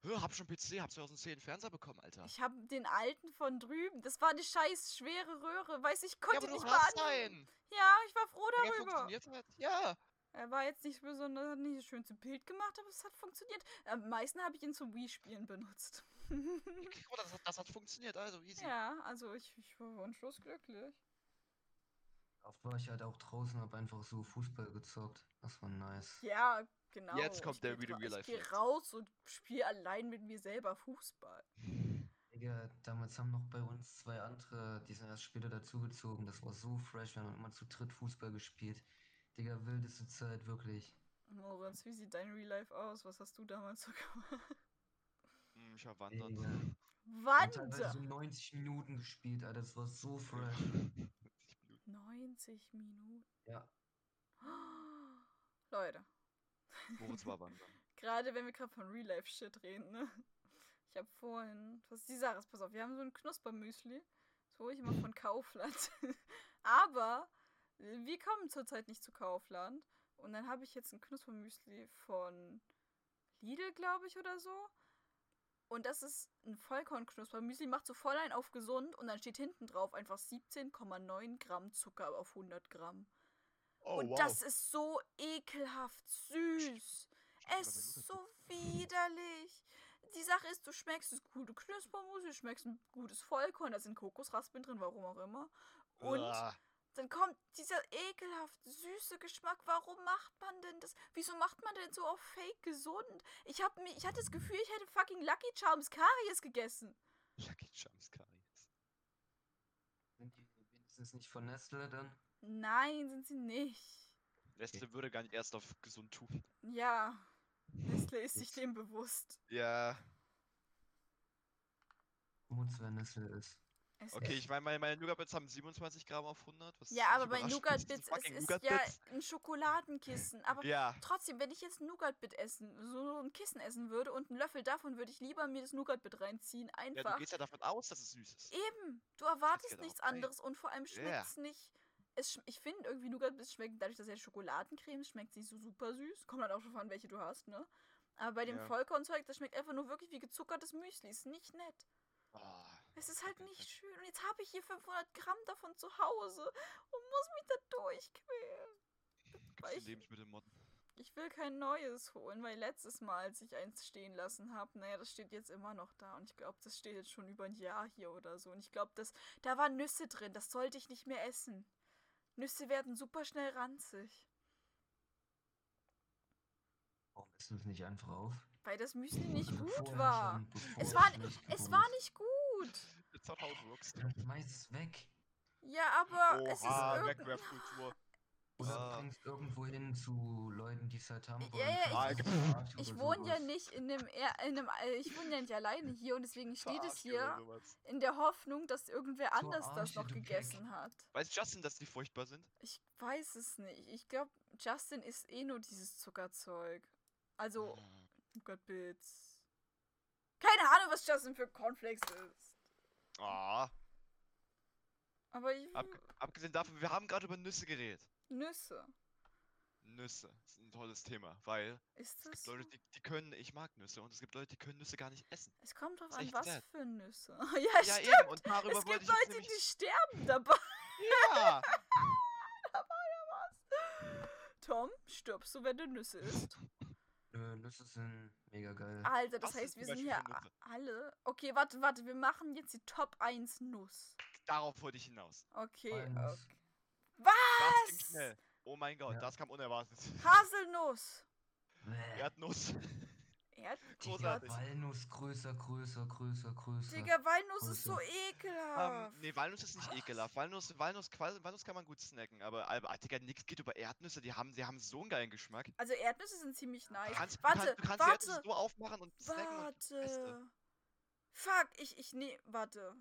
Hör, hab schon PC, hab 2010 einen Fernseher bekommen, Alter.
Ich habe den alten von drüben. Das war eine scheiß schwere Röhre. Weiß ich,
ja,
konnte
aber du
nicht mal
hast
annehmen.
einen.
Ja, ich war froh
Der
darüber.
funktioniert hat.
(laughs)
Ja.
Er war jetzt nicht besonders, hat nicht das schönste Bild gemacht, aber es hat funktioniert. Am meisten habe ich ihn zum Wii-Spielen benutzt. (laughs)
Oh, das, hat, das hat funktioniert, also easy.
ja, also ich, ich war wunschlos glücklich.
Oft war ich halt auch draußen, habe einfach so Fußball gezockt. Das war nice.
Ja, genau.
Jetzt kommt
ich
der
geh
wieder
dra-
Real Life
Ich gehe
jetzt.
raus und spiele allein mit mir selber Fußball.
Digga, Ja, damals haben noch bei uns zwei andere, die sind erst später dazugezogen. Das war so fresh, wir haben immer zu dritt Fußball gespielt. Digga, wildeste Zeit, wirklich.
Moritz, wie sieht dein Real Life aus? Was hast du damals so gemacht?
Hm, Ich hab
Digga.
wandert.
Wir haben teilweise so
Wand!
90 Minuten gespielt, Alter, das war so fresh.
90 Minuten. (gasps)
Ja.
Leute,
(laughs) Moritz war wandern.
gerade wenn wir gerade von Real Life Shit reden, ne? Ich habe vorhin, was ist die Sache? ist? Pass auf, wir haben so ein Knuspermüsli. Das hole ich immer von Kaufland. (laughs) Aber wir kommen zurzeit nicht zu Kaufland. Und dann habe ich jetzt ein Knuspermüsli von Lidl, glaube ich, oder so. Und das ist ein Vollkornknuspermüsli, macht so voll ein auf gesund und dann steht hinten drauf einfach 17,9 Gramm Zucker auf 100 Gramm.
Oh,
und das ist so ekelhaft süß. Es ist so widerlich. Die Sache ist, du schmeckst das gute Knuspermus, du schmeckst ein gutes Vollkorn, da sind Kokosraspeln drin, warum auch immer.
Ah.
Und dann kommt dieser ekelhaft süße Geschmack. Warum macht man denn das? Wieso macht man denn so auf Fake gesund? Ich hab mir, ich hatte das Gefühl, ich hätte fucking Lucky Charms Karies gegessen.
Lucky Charms Karies.
Sind die wenigstens nicht von Nestle dann?
Nein, sind sie nicht.
Letzte würde gar nicht erst auf gesund tun.
Ja, Nestle ist sich
Ups.
dem bewusst.
Ja.
Mutz, wenn Nestle ist.
Es
Okay,
ist-
ich meine, meine, meine Nougat-Bits haben 27 Gramm auf 100. Was
ja,
mich
aber bei
überrascht.
Nougat
Diese
Bits, es
fucking
ist ja
Nougat-Bits.
ein Schokoladenkissen. Aber
Ja,
trotzdem, wenn ich jetzt ein Nougat Bit essen, so ein Kissen essen würde und einen Löffel davon, würde ich lieber mir das Nougat Bit reinziehen.
ja, du
Einfach.
gehst ja davon aus, dass es süß ist.
Eben, du erwartest
genau
nichts
geil.
anderes und vor allem
Ja.
schmeckt es nicht. Es schm- ich finde irgendwie Nougat Biss schmeckt, dadurch, dass er Schokoladencreme ist, schmeckt sie so super süß. Kommt halt auch drauf an, welche du hast, ne? Aber bei dem
Ja.
Vollkornzeug, das schmeckt einfach nur wirklich wie gezuckertes Müsli. Ist nicht nett.
Oh,
Es ist halt
Okay,
nicht
okay.
schön. Und jetzt habe ich hier 500 Gramm davon zu Hause und muss mich da durchquälen.
gibt's die
ich-
Lebensmittelmotten.
Ich will kein neues holen, weil letztes Mal, als ich eins stehen lassen habe, naja, das steht jetzt immer noch da. Und ich glaube, das steht jetzt schon über ein Jahr hier oder so. Und ich glaube, da waren Nüsse drin. Das sollte ich nicht mehr essen. Nüsse werden super schnell ranzig.
Warum essen wir es nicht einfach auf?
Weil das Müsli nicht
Also
gut
vorher
war.
schon, bevor
Es war,
schlecht
es
geworden
war
ist.
nicht gut.
It's not how it works.
Schmeiß es weg.
Ja, aber es ist
Oha,
irgendwie.
Wegwerfkultur.
Oder
Ah.
bringst irgendwo hin zu Leuten, die es halt haben
Ja,
wollen.
ja,
Vielleicht
ich-
ist es verarscht
Ich
oder
wohne ja
sowas.
nicht in einem, er- in einem. Ich wohne ja nicht alleine hier und deswegen steht es
Verarscht oder
hier
sowas.
in der Hoffnung, dass irgendwer
So
anders das
Arschie,
noch
du Keck.
gegessen hat.
Weiß Justin, dass die furchtbar sind?
Ich weiß es nicht. Ich glaube, Justin isst eh nur dieses Zuckerzeug. Also,
Ah,
oh Gott, Bits. Keine Ahnung, was Justin für Cornflakes ist.
Ah.
Aber ich,
Abge abgesehen davon, wir haben gerade über Nüsse geredet.
Nüsse.
Nüsse ist ein tolles Thema, weil
Ist
es
das?
gibt
so?
Leute, die, die können, ich mag Nüsse und es gibt Leute, die können Nüsse gar nicht essen.
Es kommt drauf
ist
an,
echt
was
sad.
für Nüsse. (laughs) ja,
ja,
stimmt.
eben, und darüber
es gibt
wollte ich jetzt
Leute,
nämlich...
die sterben dabei. (laughs)
(laughs) Ja!
Tom, stirbst du, wenn du Nüsse isst?
Nö, Nüsse sind mega geil.
Alter,
(laughs)
das
Was
heißt,
sind
wir
zum
sind
Beispiel
hier
für Nüsse?
alle. Okay, warte, warte, wir machen jetzt die Top 1 Nuss.
Darauf wollte ich hinaus.
Okay,
Eins.
okay.
Das ging
Was?
schnell. Oh mein Gott,
Ja.
das kam unerwartet.
Haselnuss.
Bäh.
(laughs) Erdnuss.
Erd
Digga,
großartig.
Walnuss größer, größer, größer, größer.
Digga, Walnuss ist so
Größe.
ekelhaft.
Ähm, nee, Walnuss ist nicht ekelhaft. Walnuss, Walnuss, Qual- Walnuss kann man gut snacken, aber, aber ah, Digga, nix geht über Erdnüsse, die haben, die haben so einen geilen Geschmack.
also Erdnüsse sind ziemlich
Du
nice.
kannst, du
warte,
kannst, du kannst die Erdnüsse
warte,
so aufmachen und snacken und
warte. Fuck, ich, ich, nee, warte.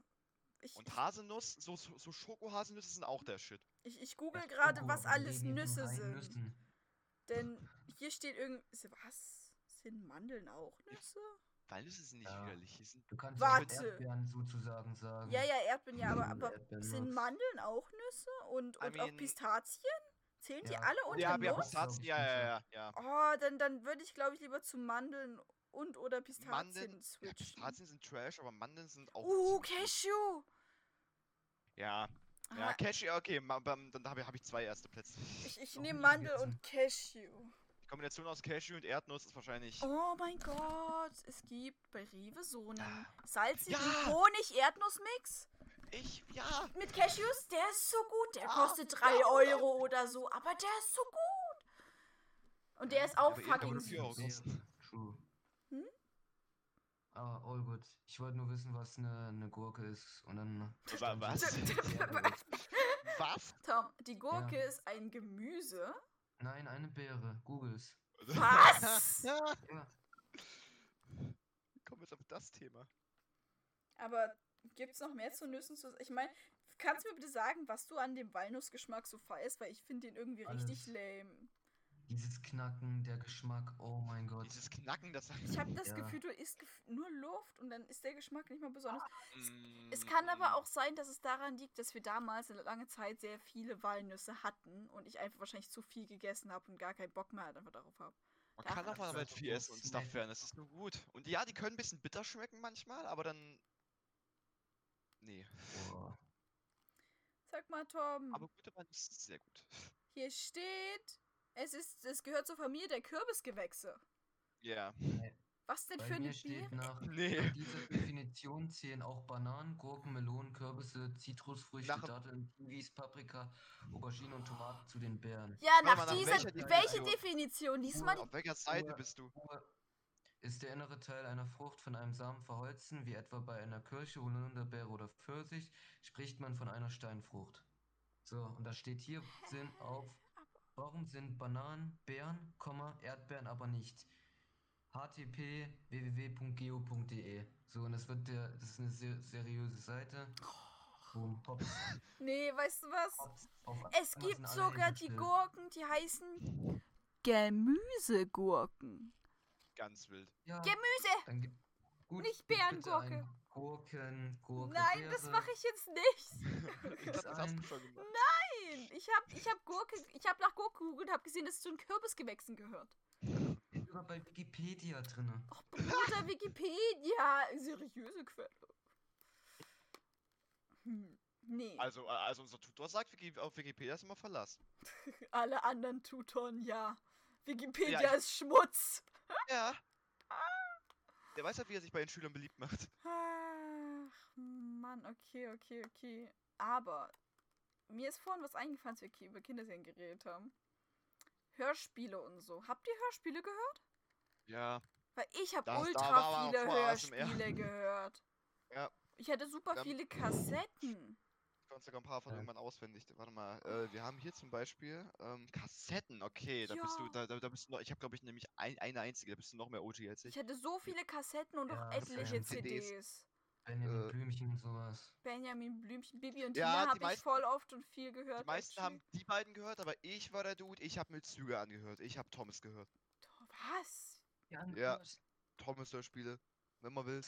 Ich,
Und Haselnuss, so, so so Schokohaselnüsse sind auch der Shit.
ich, ich google
Das
gerade,
Schoko
was
in
alles
diesen
Nüsse
reinen
sind.
Nüssen.
Denn hier steht irgend... ist- Was? Sind Mandeln auch Nüsse?
Walnüsse sind nicht
Ja.
widerlich. Die sind,
Du kannst auch mit
Warte.
Erdbeeren sozusagen sagen.
Ja, ja, Erdbeeren, ja, aber,
Mhm,
aber
Erdbeeren
sind
magst.
Mandeln auch Nüsse? Und,
I
und auch
mean-
Pistazien? Zählen die
Ja.
alle unter
ja,
hab
wir haben
Nuss?
Nuss?
Pistazien, ja, ja, ja, ja.
Oh, dann, dann würde ich, glaube ich, lieber zu Mandeln und oder Pistazien
Mandeln- ja.
switchen.
Pistazien sind Trash, aber Mandeln sind auch.
Uh,
ziemlich gut.
Cashew!
Ja, ja,
Ah,
Cashew, okay, ma- bam, dann habe ich, hab ich zwei erste Plätze.
ich ich
Noch
nehme
nie
Mandel
gegessen.
ne?
und Cashew.
Die Kombination aus Cashew und Erdnuss ist wahrscheinlich.
Oh mein Gott, es gibt bei Rewe so einen salzigen
Ah. Ja.
Honig-Erdnuss-Mix
Ich, ja!
mit Cashews. Der ist so gut. Der
Ja,
kostet 3
ja, oder-
Euro Ah, oder so, aber der ist so gut. Und der ist auch
aber eben
(laughs) fucking
dafür auch.
süß.
True.
Hm?
Aber all good. Ich wollte nur wissen, was eine, eine Gurke ist. Und
(laughs)
dann.
Wa-
stand hier
was?
Beere.
Was?
Tom, die Gurke
Ja.
ist ein Gemüse.
(laughs) Nein, eine Beere. Googles.
(laughs)
Was?
Ja.
Kommen wir jetzt auf das Thema.
Aber gibt's noch mehr zu Nüssen zu. Ich meine, kannst du mir bitte sagen, was du an dem Walnussgeschmack so feierst? Weil ich finde den irgendwie richtig
Alles.
lame.
Dieses Knacken, der Geschmack. Oh mein Gott.
Dieses Knacken, das. (laughs)
Ich habe das
Ja.
Gefühl, du isst gef- nur Luft und dann ist der Geschmack nicht mal besonders.
Mm,
Es kann aber auch sein, dass es daran liegt, dass wir damals eine lange Zeit sehr viele Walnüsse hatten und ich einfach wahrscheinlich zu viel gegessen habe und gar keinen Bock mehr halt einfach darauf habe.
Man kann
Ach,
auch mal
das
damit
ist
viel
doch
essen und
snack.
Stuff werden, das ist nur gut. Und ja, die können ein bisschen bitter schmecken manchmal, aber dann. Nee.
Boah.
Sag mal, Tom,
Aber gute Mann ist sehr gut.
hier steht, es ist, es gehört zur Familie der Kürbisgewächse.
Ja. (laughs)
Was denn
Bei
für eine
mir steht
Bier?
nach,
Nee.
nach dieser Definition zählen auch Bananen, Gurken, Melonen, Kürbisse, Zitrusfrüchte,
Nach-
Datteln, Kiwis, Paprika, Auberginen und Tomaten zu den Beeren.
Ja,
Warte
nach
mal, nach
dieser.
welcher
Welche,
Definition?
Definition? Diesmal die.
Auf welcher Seite
Ruhe.
bist du?
Uhr ist der innere Teil einer Frucht von einem Samen verholzen, wie etwa bei einer Kirsche, Holunderbeere oder Pfirsich, spricht man von einer Steinfrucht. So, und da steht hier Sinn auf, warum sind Bananen Beeren, Komma, Erdbeeren aber nicht? http www.geo.de E. So, und das wird der, das ist eine se- seriöse Seite. Boom, hops,
Nee, weißt du was?
hops, auf
Es
Amazon
gibt
alle
sogar
Ecken
die
still.
Gurken, die heißen Gemüsegurken.
Ganz
(laughs)
wild.
Ja,
Gemüse!
dann gibt, gut,
nicht
gibt bitte ein
Beerengurke.
Gurken, Gurke,
Nein, das
Beere.
mache ich jetzt nicht.
Ich glaub, das hast du schon gemacht.
Nein, ich habe ich hab Gurke, ich habe nach Gurke gegoogelt und habe gesehen, dass es zu den Kürbisgewächsen gehört.
Steht sogar bei Wikipedia drinne.
Ach,
(laughs)
Bruder, Wikipedia, seriöse Quelle. Hm, nee,
Also, äh, also unser Tutor sagt, Wiki- auf Wikipedia ist immer Verlass.
alle anderen Tutoren, ja. Wikipedia
Ja, ich-
ist Schmutz.
Ja. Der weiß ja, wie er sich bei den Schülern beliebt macht.
Ach, Mann, okay, okay, okay. Aber mir ist vorhin was eingefallen, als wir ki- über Kinderserien geredet haben. Hörspiele und so. Habt ihr Hörspiele gehört?
Ja.
Weil ich habe
Das- da war aber
ultra
auch
viele
mal ASMR.
Hörspiele gehört.
(laughs) Ja.
Ich hatte super
Dann-
viele Kassetten.
Ich kann sogar ein paar von
Ja.
irgendwann auswendig. Warte mal, äh, wir haben hier zum Beispiel ähm, Kassetten. Okay, da bist du,
Ja.
da, da da bist du noch, ich habe glaube ich nämlich ein, eine einzige, da bist du noch mehr OG als ich.
Ich hatte so viele Kassetten und
Ja,
auch
das
etliche
waren
CDs.
CDs.
Benjamin
Äh.
Blümchen und sowas.
Benjamin Blümchen, Bibi und
Ja,
Tina
die
habe ich
meisten-
voll oft und viel gehört.
Die meisten
actually.
haben die beiden gehört, aber ich war der Dude, ich habe mir Züge angehört, ich habe Thomas gehört.
Was?
Ja. Thomas Hörspiele, wenn man will.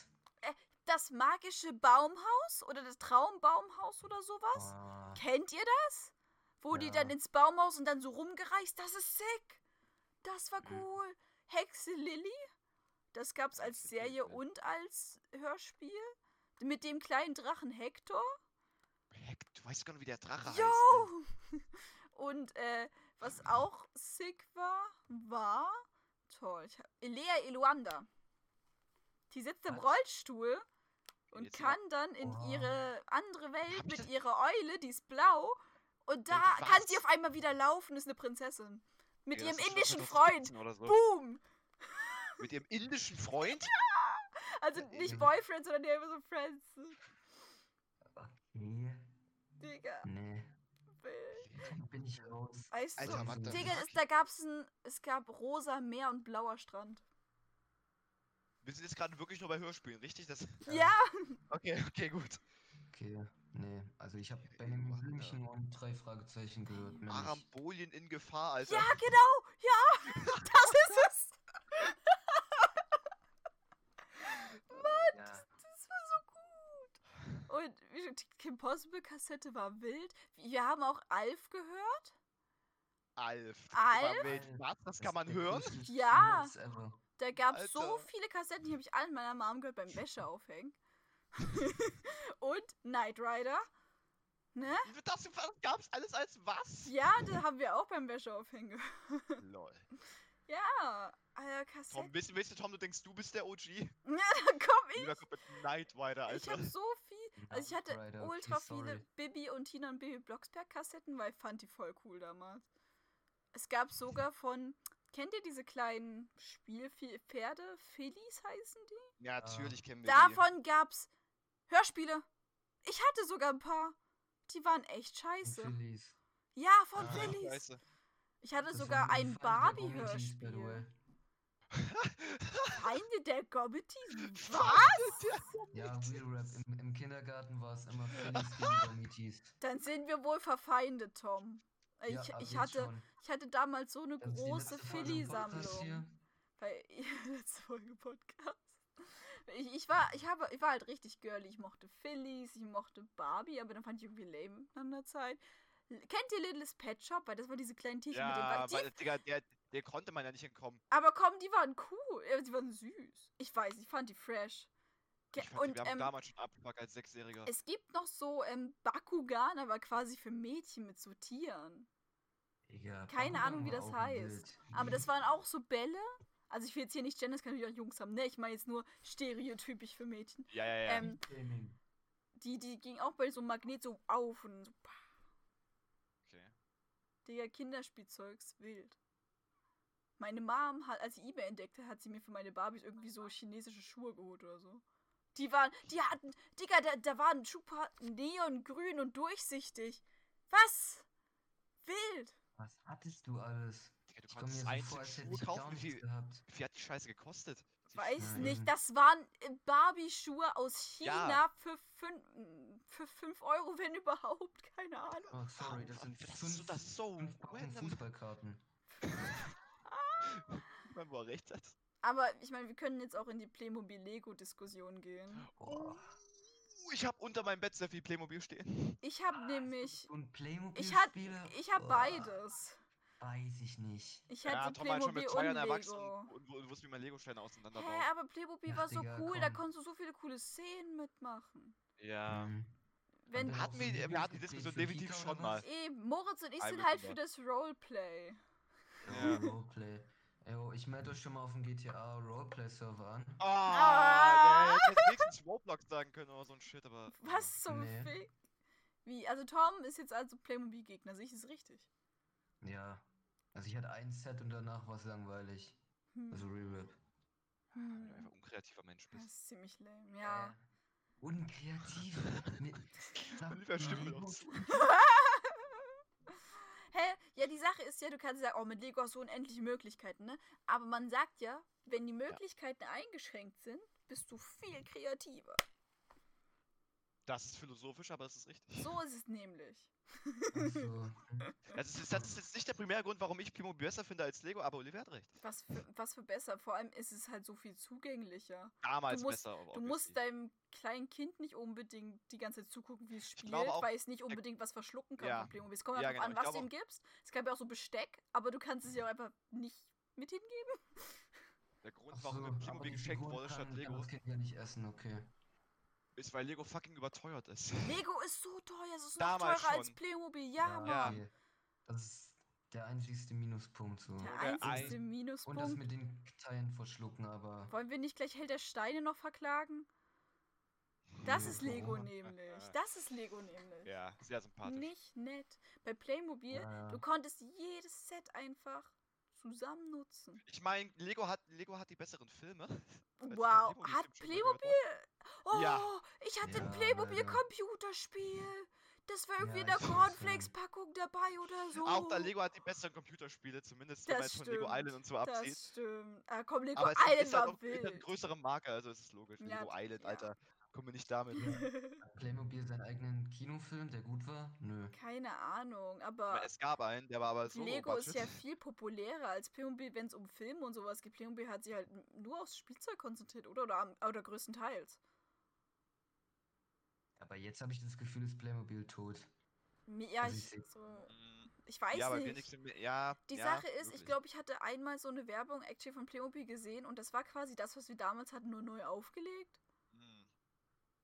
Das magische Baumhaus oder das Traumbaumhaus oder sowas?
Was?
Kennt ihr das? Wo die
Ja.
dann ins Baumhaus und dann so rumgereist. Das ist sick. Das war
Mhm.
cool. Hexe Lilly. Das gab's als
Hexe Lilly,
Serie
ja.
und als Hörspiel. Mit dem kleinen Drachen Hector.
Heck, du weißt gar nicht, wie der Drache heißt. ne?
Yo! (laughs) Und äh, was auch sick war, war. Toll. Ich hab, Elea Eluanda. Die sitzt im
Was?
Rollstuhl und
Jetzt Oh.
kann dann in
Wow.
ihre andere
Hab
Welt
ich
mit
das-
ihrer Eule, die ist blau. Und da
Wait,
kann sie
was?
auf einmal wieder laufen, ist eine Prinzessin. Mit
Digga, das
ihrem
ist schon
indischen
2017
Freund.
Oder so.
Boom!
Mit ihrem indischen Freund?
Also
Ja,
nicht
eben.
Boyfriend, sondern die haben so Friends.
Nee,
Digga.
nee.
wild.
Bin ich raus.
Weißt
Alter,
du,
what the
Digga,
fuck?
es, da gab's ein, es gab rosa Meer und blauer Strand.
Wir sind jetzt gerade wirklich nur bei Hörspielen, richtig? Das,
Ja,
Ja.
okay, okay, gut.
Okay, nee. Also ich habe
Ey,
Benjamin
Mann,
Blümchen und drei Fragezeichen gehört. mehr nicht.
Arambolien in Gefahr, Alter.
ja, genau, ja,
(laughs)
das ist es.
Ja.
Das war so gut. Und wie gesagt, die Kim Possible Kassette war wild. Wir haben auch Alf gehört.
Alf.
Alf?
Welt, was? Das kann man
der
hören?
coolste
Ja.
Scheiß ever.
Da gab es so
Alter.
viele Kassetten, die habe ich allen meiner Mom gehört beim Wäscheaufhängen. (laughs) Und Knight Rider. Ne?
Das, das gab's alles als was?
Ja, das haben wir auch beim Wäscheaufhängen gehört.
Lol.
Ja, Alter,
Tom,
Kassetten.
weißt, weißt du, Tom, du denkst, du bist der OG?
Ja, da komm ich.
Lieber kommt mit Knight Rider,
Ich
Alter.
habe so viel. Also ich
Knight
hatte
Rider, okay,
ultra viele
sorry.
Bibi und Tina und Bibi Blocksberg Kassetten, weil ich fand die voll cool damals. Es gab sogar von Kennt ihr diese kleinen Spielpferde? Phillies heißen die?
Ja, natürlich kennen wir
Davon gab's Hörspiele. Ich hatte sogar ein paar. Die waren echt scheiße.
Phillies.
Ja, von
Ah,
die. Ja,
Phillies.
scheiße.
Ich hatte
Das
sogar
waren die
ein
Feinde der Origins, by the
Barbie-Hörspiel.
way.
Eine
(laughs)
der Gobbities? Was?
Ja, Real Rap. Im, im Kindergarten war es
(laughs)
immer Phillies gegen Gomitis.
Dann sind wir wohl verfeindet, Tom. Äh,
Ja,
Ich,
ab also
ich,
jetzt
hatte,
schon.
ich hatte damals so eine
Das ist die
große
letzte Folge im Podcast
Philly-Sammlung.
hier.
Bei letzte Folge Podcast. Ich, ich, war, ich, habe, ich war halt richtig girly. Ich mochte Phillies, ich mochte Barbie, aber dann fand ich irgendwie lame an der Zeit. L- Kennt ihr Little's Pet Shop? Weil das waren diese kleinen Tierchen mit den
Ja,
Ba- die,
weil, Digga, der, der konnte man ja nicht entkommen.
Aber komm, die waren cool. Ja, die waren süß. Ich weiß, ich fand die fresh. Ge-
Ich fand, die-
und
wir haben
ähm,
damals schon abgepackt als Sechsjähriger.
es gibt noch so ähm, Bakugan, aber quasi für Mädchen mit so Tieren.
Digga,
Keine
Bakugan
Ahnung, wie
war
das
auch
heißt.
wild.
Aber
Mhm.
das waren auch so Bälle. Also ich will jetzt hier nicht gendern, das kann natürlich auch Jungs haben, ne? Ich meine jetzt nur stereotypisch für Mädchen.
Ja, ja, ja.
Ähm,
Gaming.
die, die ging auch bei so einem Magnet so auf und so, pah,
okay.
Digga, Kinderspielzeugs, wild. Meine Mom hat, als sie eBay entdeckte, hat sie mir für meine Barbies irgendwie so chinesische Schuhe geholt oder so. Die waren, die hatten, Digga, da, da waren Schuhpaar neongrün und durchsichtig. Was? Wild.
Was hattest du alles?
Digga, du
Ich komme mir
konntest
so
einen
vor, als hätte
Schuh
ich gar
kaufen. Wie,
nichts gehabt.
wie viel hat die Scheiße gekostet? Die
Weiß
Schuhe.
nicht,
Mhm.
das waren äh, Barbie-Schuhe aus
Ja.
China für 5 für fünf Euro, wenn überhaupt, keine Ahnung.
Oh, sorry, das
Alter,
sind
das ist so,
fünf,
das ist so
fünf Packungen
random.
Fußballkarten.
Wenn man recht hat.
Aber ich meine, wir können jetzt auch in die Playmobil-Lego-Diskussion gehen.
Oh,
Uh, ich habe unter meinem Bett sehr viel Playmobil stehen.
Ich
Ah,
habe nämlich,
und
ich hat-
Playmobil-Spiele?
ich habe
Boah,
beides.
Weiß ich nicht.
Ich
ja,
hatte
Tom war schon
Playmobil
mit
und
zwei Jahren erwachsen
Lego.
und, wu- wusste, wie man Lego-Steine auseinanderbaut.
Hä, aber Playmobil
Ach,
war so
Digga,
cool, da
komm.
konntest du so viele coole Szenen mitmachen.
Ja.
Mhm.
Wenn
Dann
Ähm, Hatten
auch so
wir,
ein
wir hatten die
Lieblingsgerät
Diskussion
für
definitiv
Kika
schon
oder
mal.
was?
eben Moritz und ich
Ein
sind
bisschen
halt für
was.
das Roleplay.
(laughs) Ja.
Roleplay. Yo, ich melde euch schon mal auf dem GTA Roleplay-Server an.
Ah, der hätte jetzt wenigstens Roblox sagen können oder so ein Shit, aber.
Was zum
Nee.
Fick? Wie? Also Tom ist jetzt also Playmobil-Gegner, sehe ich es richtig?
Ja. Also ich hatte ein Set und danach war es langweilig.
Hm.
Also Rewrap.
Ja, weil du
hm.
einfach unkreativer Mensch
Das
bist.
ist ziemlich
Äh,
lame, ja.
Unkreativ.
(laughs)
Mit- sag
Oliver stimmt
Lego.
uns.
Hä? Ja, die Sache ist ja, du kannst sagen, oh, mit Lego hast du unendliche Möglichkeiten, ne? Aber man sagt ja, wenn die Möglichkeiten eingeschränkt sind, bist du viel kreativer.
Das ist philosophisch, aber das ist richtig.
So ist es nämlich.
Ach
(laughs)
so.
Das ist, das ist jetzt nicht der primäre Grund, warum ich Playmobil besser finde als Lego, aber Oliver hat recht.
Was für, was für besser. Vor allem ist es halt so viel zugänglicher.
Damals
musst-
besser.
Du musst
obviously.
deinem kleinen Kind nicht unbedingt die ganze Zeit zugucken, wie es spielt,
glaube auch, äh,
weil es nicht unbedingt was verschlucken kann
ja.
von Playmobil. Es kommt
Ja,
ja,
genau,
darauf
ich
an, was
glaube
du ihm gibst. Es gab ja auch so Besteck, aber du kannst es ja auch einfach nicht mit hingeben.
der Grund,
Ach
warum
so,
mir
aber
Playmobil
die
geschenkt
Figuren
wurde statt
kann- kann
Lego,
Das Kind ja nicht essen, okay.
ist, weil Lego fucking überteuert ist.
Lego ist so teuer, es ist noch
Damals
teurer als
schon.
Playmobil. Ja, Mann.
Ja.
okay. Das ist der einzigste Minuspunkt so.
Der
Oder
einzige
Und das
Minuspunkt.
mit den Teilen verschlucken, aber.
Wollen wir nicht gleich Held der Steine noch verklagen? Das
Nee,
ist Lego
(laughs)
warum?
nämlich. Das ist Lego nämlich.
(laughs) Ja, sehr sympathisch.
Nicht nett. Bei Playmobil,
Ja,
du konntest jedes Set einfach zusammen nutzen.
Ich meine, Lego hat, Lego hat die besseren Filme. als
Wow,
Playmobil
hat
bestimmt schon mal gehört.
Playmobil. Oh,
Ja.
ich hatte ein
Ja, leider.
Playmobil-Computerspiel. Das war irgendwie
Ja,
in der
ich weiß, ja.
Cornflakes-Packung dabei oder so.
Auch da Lego hat die besseren Computerspiele, zumindest wenn
Das
man jetzt von Lego
stimmt,
Island und so absieht.
Das stimmt. Ah, komm, Lego
Aber es
Island
ist halt
war
auch ist halt eine
wild.
größere Marke, also es ist logisch.
Ja,
Lego Island,
ja.
Alter. Komm mir nicht damit.
Playmobil seinen eigenen Kinofilm, der gut war? Nö.
Keine Ahnung,
Aber
aber
Es gab einen, der war aber so.
Lego ist ja viel populärer als Playmobil, wenn es um Filme und sowas geht. Playmobil hat sich halt n- nur aufs Spielzeug konzentriert, oder? Oder, am, oder größtenteils.
Aber
Aber
jetzt habe ich das Gefühl, ist Playmobil tot.
Mi- Ja,
Also
ich,
ich seh-
so, ich weiß
Mhm. ja, aber
nicht.
wenigstens. mehr- Ja,
Die
ja,
Sache ist, ich
wirklich.
glaube, ich hatte einmal so eine Werbung actually von Playmobil gesehen und das war quasi das, was wir damals hatten, nur neu aufgelegt.
Hm.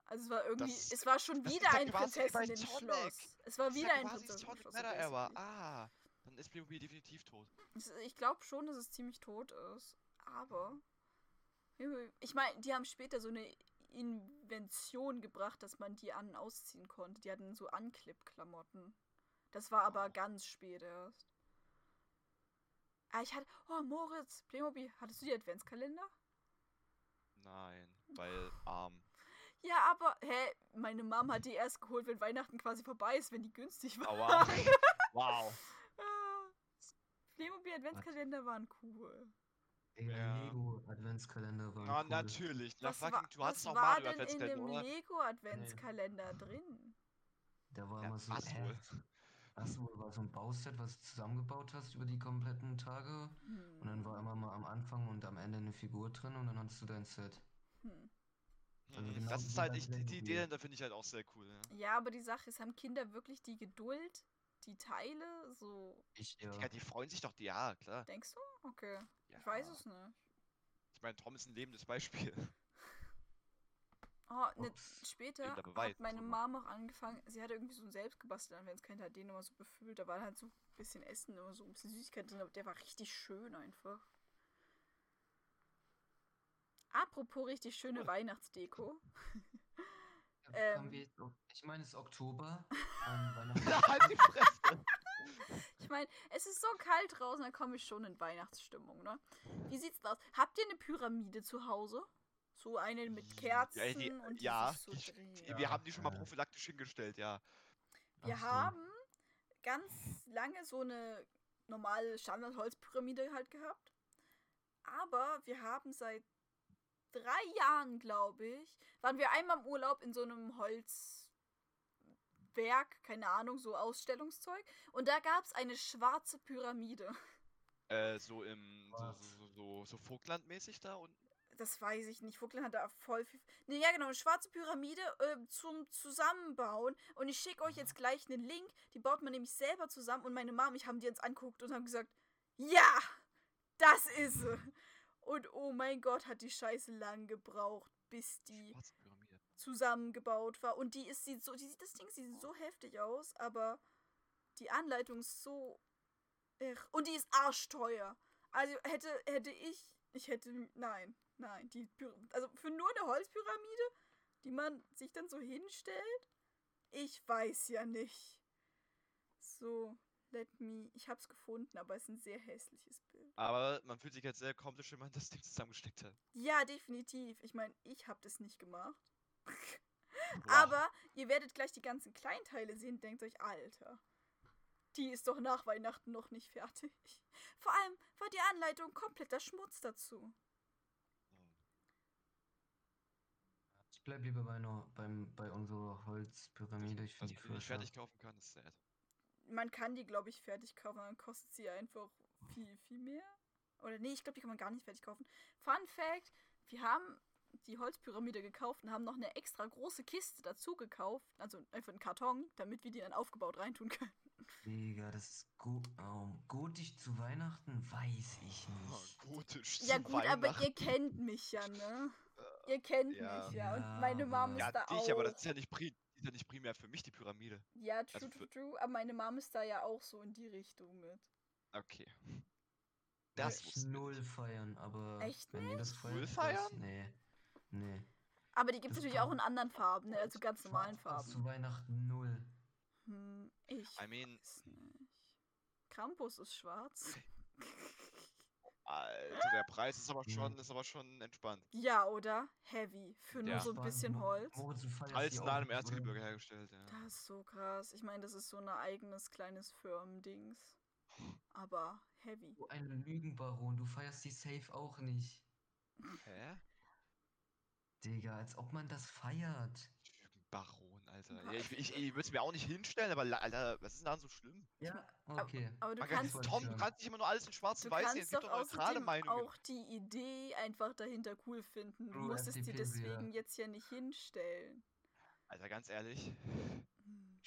Also es war irgendwie,
Das-
es war schon
das ist
wieder
ja
ein
quasi wie bei Sonic.
Prinzessinnen-Schloss. Es war
Das ist
wieder
ja
ein
quasi Sonic Meta
Prinzessinnen-Schloss.
Error.
basically.
Ah, dann ist Playmobil definitiv tot.
Es- Ich glaube schon, dass es ziemlich tot ist. Aber. Ich meine, die haben später so eine Invention gebracht, dass man die an- und ausziehen konnte. Die hatten so Anclip-Klamotten. Das war aber
Oh.
ganz spät erst. Ah, ich hatte. Oh, Moritz, Playmobil, hattest du die Adventskalender?
Nein,
(laughs)
weil ähm, arm.
Ja, aber. Hä? Meine Mom hat die erst geholt, wenn Weihnachten quasi vorbei ist, wenn die günstig war.
Aua.
(laughs)
wow.
Ah. Playmobil Adventskalender waren cool.
Ey,
Ja.
Lego Adventskalender war.
Na, natürlich. Na,
Was, wa-
fucking, du
was
hast noch
war
Mario
denn in
Adventskalender,
dem
oder?
Lego Adventskalender drin?
Da war
Ja,
immer so.
was
hä?
wohl?
Was wohl war so ein Bauset, was du zusammengebaut hast über die kompletten Tage.
Hm.
Und dann war immer mal am Anfang und am Ende eine Figur drin und dann hattest du dein Set.
Hm.
Also
Mhm,
genau
das ist
so
halt,
bei
ich, die, die
Playmobil.
Idee da finde ich halt auch sehr cool. Ja.
Ja, aber die Sache ist, haben Kinder wirklich die Geduld, die Teile so.
Ich, ja.
Digga, die freuen sich doch, die, ja, klar.
Denkst du? Okay.
Ja.
Ich weiß es nicht.
Ich meine, Tom ist ein lebendes
(laughs)
Beispiel. (laughs)
Oh, ne,
Ups.
später
Lebender Beweis,
hat meine
so, ne?
Mom auch angefangen, sie hatte irgendwie so ein selbstgebastelten Adventskalender, hat den immer so befüllt, da war halt so ein bisschen Essen, immer so ein bisschen Süßigkeit drin, aber der war richtig schön einfach. Apropos richtig schöne
Cool.
Weihnachtsdeko. ähm.
Haben wir jetzt auch- ich meine, es ist
(laughs)
Oktober. ähm, Weihnachten-
halt die Fresse.
Ich meine, es ist so kalt draußen, dann komme ich schon in Weihnachtsstimmung, ne? Wie sieht's denn aus? Habt ihr eine Pyramide zu Hause? So eine mit
Ja,
Kerzen
ey, die-
und die
ja,
sich so
ich-
drehen.
Die- Wir haben die schon mal
Ja.
prophylaktisch hingestellt, ja.
Wir
Ach so.
haben ganz lange so eine normale Standardholzpyramide halt gehabt. Aber wir haben seit drei Jahren, glaube ich, waren wir einmal im Urlaub in so einem Holzwerk, keine Ahnung, so Ausstellungszeug. Und da gab es eine schwarze Pyramide.
Äh, so im, so,
Was?
so, so, so, so Vogtland-mäßig da unten.
Das weiß ich nicht. Vogtland hat da voll viel. Nee, ja, genau. Eine schwarze Pyramide äh, zum Zusammenbauen. Und ich schicke euch jetzt gleich einen Link. Die baut man nämlich selber zusammen. Und meine Mama und ich haben die uns angeguckt und haben gesagt: Ja, das ist sie. Und oh mein Gott, hat die Scheiße lang gebraucht, bis die
Schwarze Pyramide.
zusammengebaut war. Und die ist sieht so, die sieht das Ding sieht so heftig aus, aber die Anleitung ist so. Ech. Und die ist arschteuer. Also hätte, hätte ich. Ich hätte. Nein, nein. Die Pyra- also für nur eine Holzpyramide, die man sich dann so hinstellt. Ich weiß ja nicht. So, let me. Ich hab's gefunden, aber es ist ein sehr hässliches Bild.
Aber man fühlt sich jetzt sehr komplisch, wenn man das Ding zusammengesteckt hat.
Ja, definitiv. Ich meine, ich hab das nicht gemacht.
Wow.
Aber ihr werdet gleich die ganzen Kleinteile sehen, denkt euch, Alter, die ist doch nach Weihnachten noch nicht fertig. Vor allem war die Anleitung kompletter Schmutz dazu.
Ich bleib lieber bei, einer, beim, bei unserer Holzpyramide. Ich
Dass Also man
finde die
die nicht
frischer.
fertig kaufen kann, ist sad.
Man kann die, glaube ich, fertig kaufen, dann kostet sie einfach viel, viel mehr. Oder nee, ich glaube, die kann man gar nicht fertig kaufen. Fun Fact, wir haben die Holzpyramide gekauft und haben noch eine extra große Kiste dazu gekauft, also einfach einen Karton, damit wir die dann aufgebaut reintun können.
Digga, das ist gut. Oh, gotisch zu Weihnachten weiß ich
Oh,
nicht.
gotisch.
Ja
zu
gut, aber
Weihnachten. Äh,
ihr kennt mich ja, ne? Ihr kennt
ja.
mich ja. Und
Ja,
meine Mom
aber-
ist
Ja,
da auch.
dich, aber das ist ja nicht, pri die ist ja nicht primär für mich die Pyramide.
ja, true,
also
true,
für-
true. Aber meine Mom ist da ja auch so in die Richtung mit.
Okay.
Will
Das
ich
wussten wir
null
nicht.
feiern, aber
Echt
wenn ihr das feiert,
Null
das-
feiern?
Nee. Nee.
Aber die gibt es
Das
natürlich auch
kann-
in anderen Farben, ne? also ganz
Schwarz
normalen
passt
Farben.
Zu Weihnachten null.
Hm, ich
I mean,
weiß nicht. Krampus ist schwarz.
Alter, der Preis ist aber
Mhm.
schon, ist aber schon entspannt.
(laughs) Ja, oder? Heavy. Für nur
Ja.
so ein
Spannend,
bisschen
Mo-
Holz.
Moritz, du feierst
Alles
die
nah
auch
im
nicht, oder?
Erzgebirge hergestellt, ja.
Das ist so krass. Ich meine, das ist so ein eigenes kleines Firmendings.
Hm.
Aber heavy.
Du ein Lügenbaron, du feierst die safe auch nicht.
Hä?
Digga, als ob man das feiert.
Baron, Alter.
Ja,
Ja, ich ich, ich würde es mir auch nicht hinstellen, aber la- Alter, was ist denn daran so schlimm?
Ja, Oh, okay.
Aber du
Man
kannst
kann, Tom, du
Ja.
kannst nicht immer nur alles in schwarz
Du
und weiß sehen. Es
kannst
gibt
doch
doch neutrale
außerdem
Meinungen.
auch die Idee einfach dahinter cool finden. Du
True
musstest dir
FDP sehr.
deswegen jetzt hier nicht hinstellen.
Alter, ganz ehrlich.
Hm.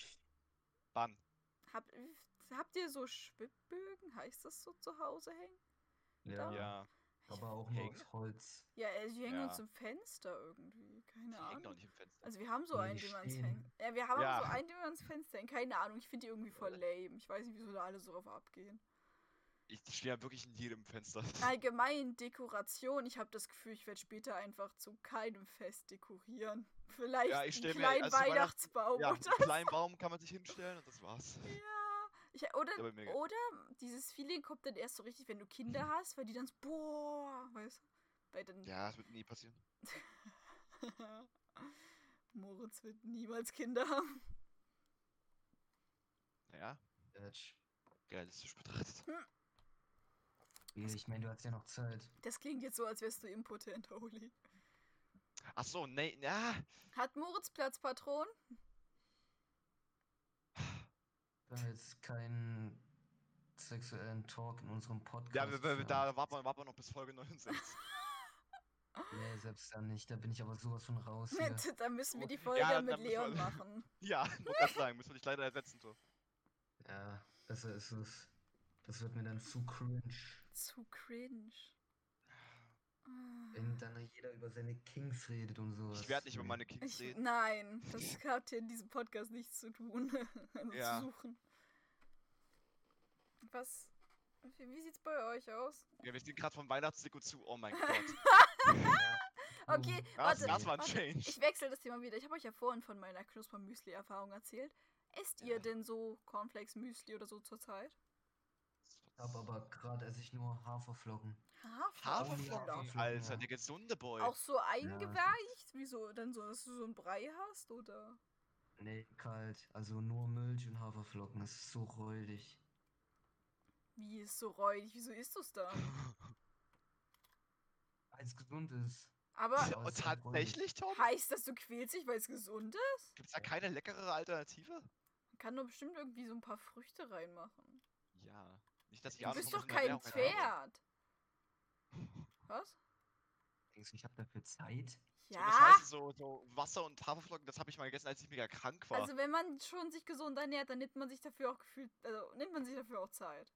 Bann.
Hab, habt ihr so Schwibbögen? Heißt das so zu Hause hängen? Ah.
Ja,
Ja.
aber auch nur
Hängen?
aus Holz.
Ja, äh, die hängen
Ja.
uns im Fenster irgendwie.
Die
Keine
hängen doch
Ahnung.
nicht im Fenster.
Also wir haben so
Nee,
einen,
die
den wir ans
stehen.
Fenster. Ja, wir haben
Ja.
so einen, den wir ans Fenster hängen. Keine Ahnung, ich finde die irgendwie voll lame. Ich weiß nicht, wieso da alle so drauf abgehen.
Ich stehe ja wirklich in jedem Fenster. (laughs)
Allgemein Dekoration. Ich habe das Gefühl, ich werde später einfach zu keinem Fest dekorieren. Vielleicht
Ja,
einen
ich stell mir-
kleinen oh
also Weihnachten-
Weihnachtsbaum
Ja,
oder
einen kleinen Baum kann man sich hinstellen und das war's.
Ja, Ich, oder,
Ja, bei mir ge-
oder dieses Feeling kommt dann erst so richtig, wenn du Kinder hast, weil die dann so, boah, weißt du? Weil dann
Mhm. Ja, das wird nie passieren.
(laughs) Moritz wird niemals Kinder haben.
Naja,
Quatsch.
realistisch betrachtet.
Hm?
Ich meine, du hast ja noch Zeit.
Das klingt jetzt so, als wärst du impotent, Oli.
Ach so, nee, ja.
Hat Moritz Platzpatron?
Wir haben jetzt keinen sexuellen Talk in unserem Podcast.
Ja, wir, wir, wir-
führen.
da warten wir, warten wir noch bis Folge (laughs) 69.
Nee, selbst dann nicht. Da bin ich aber sowas von raus. Hier.
(laughs) da müssen wir
Oh,
die
ja,
Folge
dann
mit
müssen wir- also
Leon machen.
ja, muss ich sagen, müssen wir dich leider ersetzen, Tor.
Ja, besser ist es. Das wird mir dann zu cringe.
Zu cringe.
Wenn dann jeder über seine Kings redet und sowas.
Ich werde nicht über
Nee.
meine Kings
Ich,
reden.
nein, das hat hier in diesem Podcast nichts zu tun. (laughs) also
Ja.
zu suchen. Was? Wie, wie sieht's bei euch aus?
Ja, wir stehen gerade vom Weihnachtsdeko zu.
(laughs)
Oh mein Gott.
Ja.
Okay,
Das,
Oh.
warte.
das war ein
warte,
Change.
Ich wechsle das Thema wieder. Ich habe euch ja vorhin von meiner Knuspermüsli-Erfahrung erzählt. Esst ihr
Ja.
denn so Cornflakes-Müsli oder so zurzeit?
Hab aber gerade esse ich nur Haferflocken.
Haferflocken,
Haferflocken,
Alter,
ja.
der gesunde Boy.
Auch so eingeweicht? Wieso? Dann so, dass du so einen Brei hast? Oder?
Nee, kalt. Also nur Milch und Haferflocken. Das ist so räudig.
Wie ist so räudig? Wieso isst du es
(laughs)
dann?
Als gesund ist.
Aber
Ja.
Und tatsächlich, Tom?
heißt das, du quälst dich, weil es gesund ist?
Gibt's da keine leckerere Alternative?
Man kann doch bestimmt irgendwie so ein paar Früchte reinmachen.
Ja. Nicht, dass ich
Du
Ahnung
bist
von
doch
gesunder
kein
Ernährung habe.
Pferd.
(laughs)
Was?
Denkst du, ich habe dafür Zeit?
So
Ja,
eine Scheiße, so, so Wasser und Haferflocken, das habe ich mal gegessen, als ich mega krank war.
also wenn man schon sich gesund ernährt, dann nimmt man sich dafür auch gefühlt, also nimmt man sich dafür auch Zeit.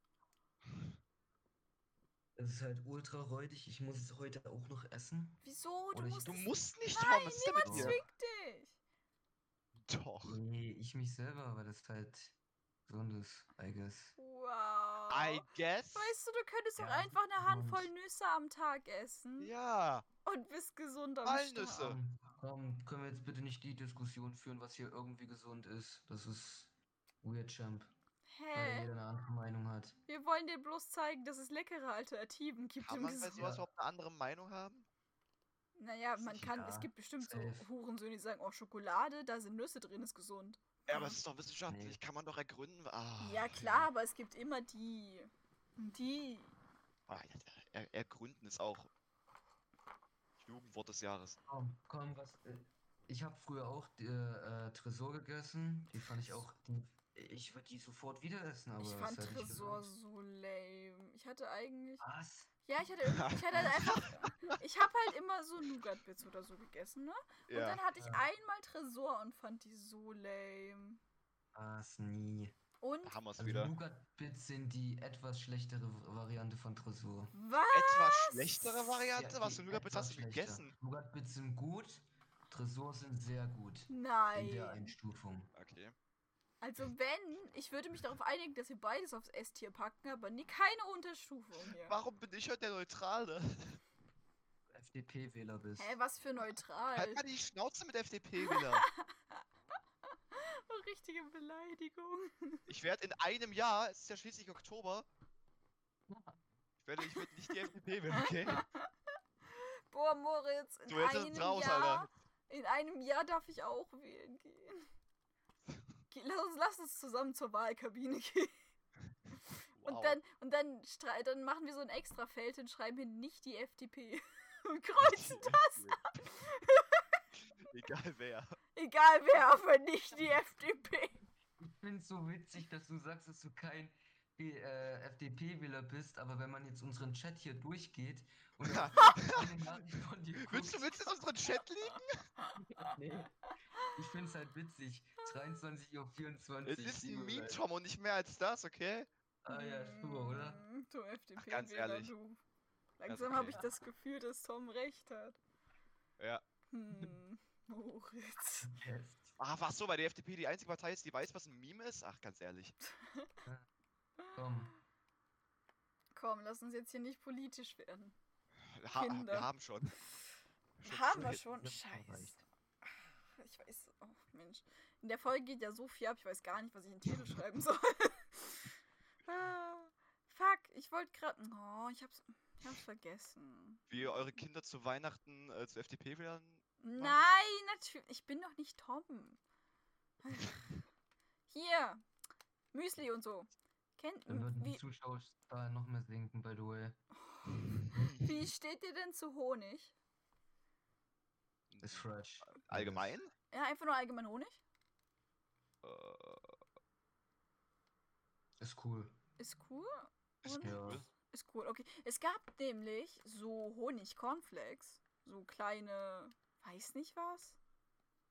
Es ist halt ultra räudig. Ich muss es heute auch noch essen.
Wieso? Du
Oder ich-
musst
du
es-
musst Oh, nicht, Tom, was ist denn mit
niemand
dir?
zwingt-
Fick dich.
Doch.
Nee, ich mich selber, weil das halt gesund ist, I guess.
Wow.
I guess.
Weißt du, du könntest doch
Ja,
einfach eine Handvoll
Mann.
Nüsse am Tag essen
Ja.
und bist gesund am
Walnüsse.
Start.
Komm, komm, können wir jetzt bitte nicht die Diskussion führen, was hier irgendwie gesund ist? Das ist Weird Champ, weil
Hä?
jeder eine andere Meinung hat.
Wir wollen dir bloß zeigen, dass es leckere Alternativen gibt
Kann
im
man bei
Gesund.
sowas
Ja.
überhaupt eine andere Meinung haben?
Naja, man kann, es
Ja,
gibt bestimmt so
safe.
Hurensöhne, die sagen, oh, Schokolade, da sind Nüsse drin, ist gesund.
Ja, aber es ist doch wissenschaftlich,
Nee.
kann man doch ergründen. Ah,
Ja, klar, aber es gibt immer die. Die.
Ah, ja, er, ergründen ist auch Jugendwort des Jahres.
Komm, komm, was. äh, Ich habe früher auch die, äh, Tresor gegessen. Die fand ich auch. Die, ich würde die sofort wieder essen, aber
Ich
ist
fand
halt nicht
Tresor
gesund.
so lame. Ich hatte eigentlich.
Was?
Ja, ich hatte, irgendwie- ich hatte halt
(laughs)
einfach. Ich habe halt immer so Nougat-Bits oder so gegessen, ne? Und dann hatte ich
Ja.
einmal Tresor und fand die so lame.
Was? Nie.
Und
da haben wir es
Also
wieder.
Nougat-Bits sind die etwas schlechtere V- Variante von Tresor.
was?
Etwas schlechtere Variante?
Ja,
Was
die
für Nougat-Bits
etwas
hast du
schlechter.
gegessen?
Nougat-Bits sind gut, Tresor sind sehr gut. In der
Nein.
Einstufung.
Okay.
Also wenn, ich würde mich darauf einigen, dass wir beides aufs S-Tier packen, aber nie keine Unterstufung hier.
Warum bin ich heute der Neutrale?
FDP-Wähler bist.
Hä, was für neutral.
Halt mal die Schnauze mit FDP wieder.
(laughs) Richtige Beleidigung.
Ich werde in einem Jahr, es ist ja schließlich Oktober, ich werde, ich werde nicht die FDP wählen, okay?
Boah, Moritz, in
Du hättest
einem
es raus,
Jahr,
Alter.
in einem Jahr darf ich auch wählen gehen.
(laughs)
Geh, lass, uns, lass uns zusammen zur Wahlkabine gehen.
Wow.
(laughs) Und dann und dann, strei- dann machen wir so ein extra Feld und schreiben hier nicht die FDP. (laughs) Und kreuzen da.
(laughs) Egal
(laughs)
wer.
Egal wer, aber nicht die FDP.
Ich (laughs) finde es so witzig, dass du sagst, dass du kein B- äh, FDP-Wähler bist, aber wenn man jetzt unseren Chat hier durchgeht und
(laughs)
auf eine Nachricht von dir
Willst
(laughs)
du,
guckt-
willst du in unseren Chat liegen?
Nee. Ich finde es halt witzig. 23 auf 24.
Es ist ein
liebe
Meme,
Leute.
Tom, und nicht mehr als das, okay?
Ah ja, super, oder?
Mm, Du FDP.
ganz ehrlich.
Du. Langsam
okay.
habe ich das Gefühl, dass Tom recht hat.
Ja.
Hm. Moritz.
Yes.
Ah, was so, weil die FDP die einzige Partei ist, die weiß, was ein Meme ist? Ach, ganz ehrlich.
Komm.
Komm, lass uns jetzt hier nicht politisch werden.
Ha
Kinder.
wir haben schon. Schon-
Haben wir
schon-
schon.
Ja,
Scheiße.
reicht.
Ich weiß, oh Mensch. In der Folge geht ja so viel ab, ich weiß gar nicht, was ich in den Titel schreiben soll. Ah, Fuck, ich wollte gerade. Oh, ich hab's, ich hab's vergessen.
Wie ihr eure Kinder zu Weihnachten äh, zu FDP werden.
Nein, natürlich. Ich bin doch nicht Tom. (laughs) Hier. Müsli und so. Kennt
Dann würden die
wie,
Zuschauerzahlen noch mehr sinken bei Duell.
wie steht ihr denn zu Honig?
Ist fresh.
Allgemein?
Ja, einfach nur allgemein Honig?
Äh,
Ist cool.
Ist cool.
ist
Honig?
cool.
Ist cool, okay. Es gab nämlich so Honig-Cornflakes. So kleine. Weiß nicht was.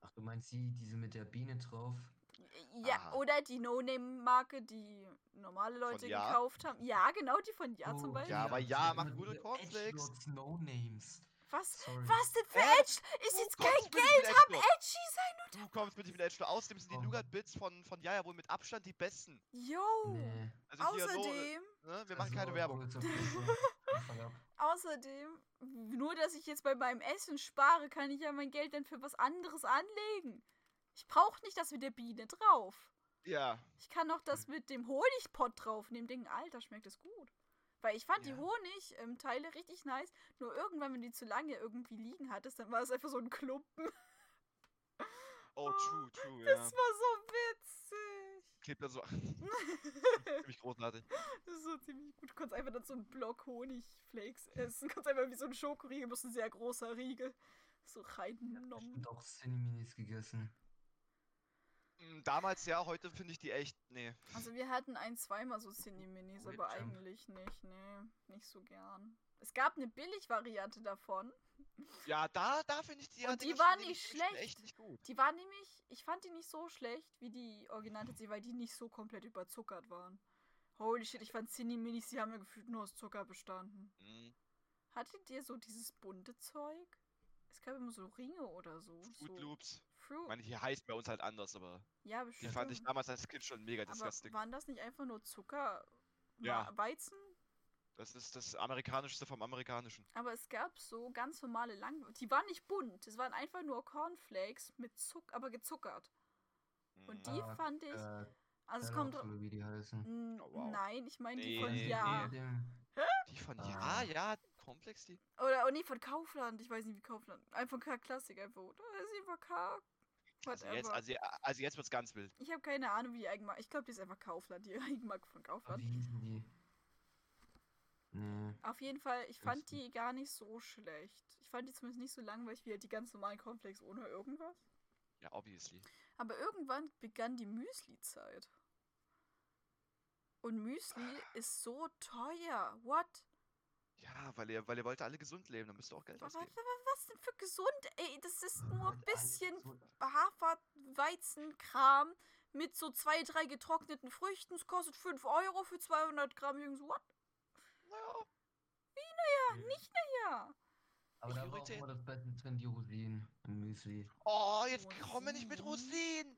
Ach, du meinst die, diese mit der Biene drauf?
Ja,
Aha.
oder die No-Name-Marke, die normale Leute
Ja?
gekauft haben. Ja, genau, die von Ja zum
Oh,
Beispiel.
Ja, aber
das
Ja
sind
macht
immer
gute
diese
Cornflakes.
Edgelords No Names.
Was,
Sorry.
was denn für
Äh,
Edge? Ist jetzt kein Geld
haben,
Edgy sein?
Du kommst bitte mit Edge. Außerdem sind die
Oh.
Nougat-Bits von, von Jaja wohl mit Abstand die besten.
Yo!
Nee.
Also hier,
Außerdem,
so, ne, wir
Also,
machen keine Werbung.
kurz auf
(laughs)
jeden Fall ab.
außerdem, nur dass ich jetzt bei meinem Essen spare, kann ich ja mein Geld dann für was anderes anlegen. Ich brauche nicht das mit der Biene drauf.
Ja.
Ich kann noch das mit dem Honigpott draufnehmen. Denken, Alter, schmeckt das gut. Weil ich fand
Ja.
die Honig-Teile richtig nice. Nur irgendwann, wenn du die zu lange irgendwie liegen hattest, dann war es einfach so ein Klumpen.
Oh, true, true, ja.
Das war so witzig.
Klebt dann so.
(laughs)
Ziemlich großartig.
Das ist so ziemlich gut. Du konntest einfach dann so einen Block Honigflakes essen. Du konntest einfach wie so ein Schokoriegel, bloß ein sehr großer Riegel. So reingenommen.
Bestimmt auch Cineminis gegessen.
Mm, Damals ja, heute finde ich die echt. Nee.
Also wir hatten ein, zweimal so Cineminis,
Weird
aber
Jump.
eigentlich nicht. Nee, nicht so gern. Es gab eine Billigvariante davon.
Ja, da, da finde ich die. ja,
Und
Digga,
die
schon-
waren
die
nicht
sind schon
schlecht.
Echt nicht gut.
Die war nämlich, ich fand die nicht so schlecht wie die Originaltatsächlich, weil die nicht so komplett überzuckert waren. Holy shit, ich fand Cineminis, die haben ja gefühlt nur aus Zucker bestanden.
Mhm.
Hattet ihr so dieses bunte Zeug? Es gab immer so Ringe oder so.
Food
so
Loops. Ich
Fruit.
meine, hier heißt bei uns halt anders, aber
Ja,
die
bestimmt.
fand ich damals als Kind schon mega
Aber
disgusting.
waren das nicht einfach nur Zucker,
Ja.
Ma- Weizen?
Das ist das Amerikanischste vom Amerikanischen.
Aber es gab so ganz normale Lang... Die waren nicht bunt, es waren einfach nur Cornflakes mit Zucker, aber gezuckert. Und
Mhm.
die
Ah,
fand ich...
Äh,
also es kommt...
Kellogg's oder wie die heißen.
N-
Oh, wow.
Mm, Nein, ich meine die
Nee,
von...
nee,
ja.
Die, dem-
Die von ja,
Ah.
ja, komplex die.
Oder, oh nee, von Kaufland. Ich weiß nicht, wie Kaufland. Einfach K-Klassik einfach, oder? Ist sie einfach K?
Also jetzt,
Whatever.
also, also jetzt wird's ganz wild.
Ich habe keine Ahnung, wie die Eigenmarke. Ich glaube, die ist einfach Kaufland, die (laughs) Eigenmarke von
ah,
Kaufland.
Wie hießen die? Nee.
Auf jeden Fall, ich fand
Weiß nicht.
die gar nicht so schlecht. Ich fand die zumindest nicht so langweilig wie halt die ganz normalen Cornflakes ohne irgendwas.
Ja, obviously.
Aber irgendwann begann die Müsli-Zeit. Und Müsli
Ah.
ist so teuer. What?
Ja, weil ihr, weil ihr wollt alle gesund leben, dann müsst ihr auch Geld
Was, was,
ausgeben.
was denn für gesund? Ey, das ist nur ein
Halt alles
bisschen
so-
Hafer-Weizenkram mit so zwei, drei getrockneten Früchten. Es kostet 5 Euro für 200 Gramm. Jungs, what?
Naja,
nicht.
Ja.
Aber
Ich
da war auch
irritiert.
immer das Beste drin, die Rosinen im Müsli.
oh, jetzt komme nicht mit
Rosinen.
Rosinen.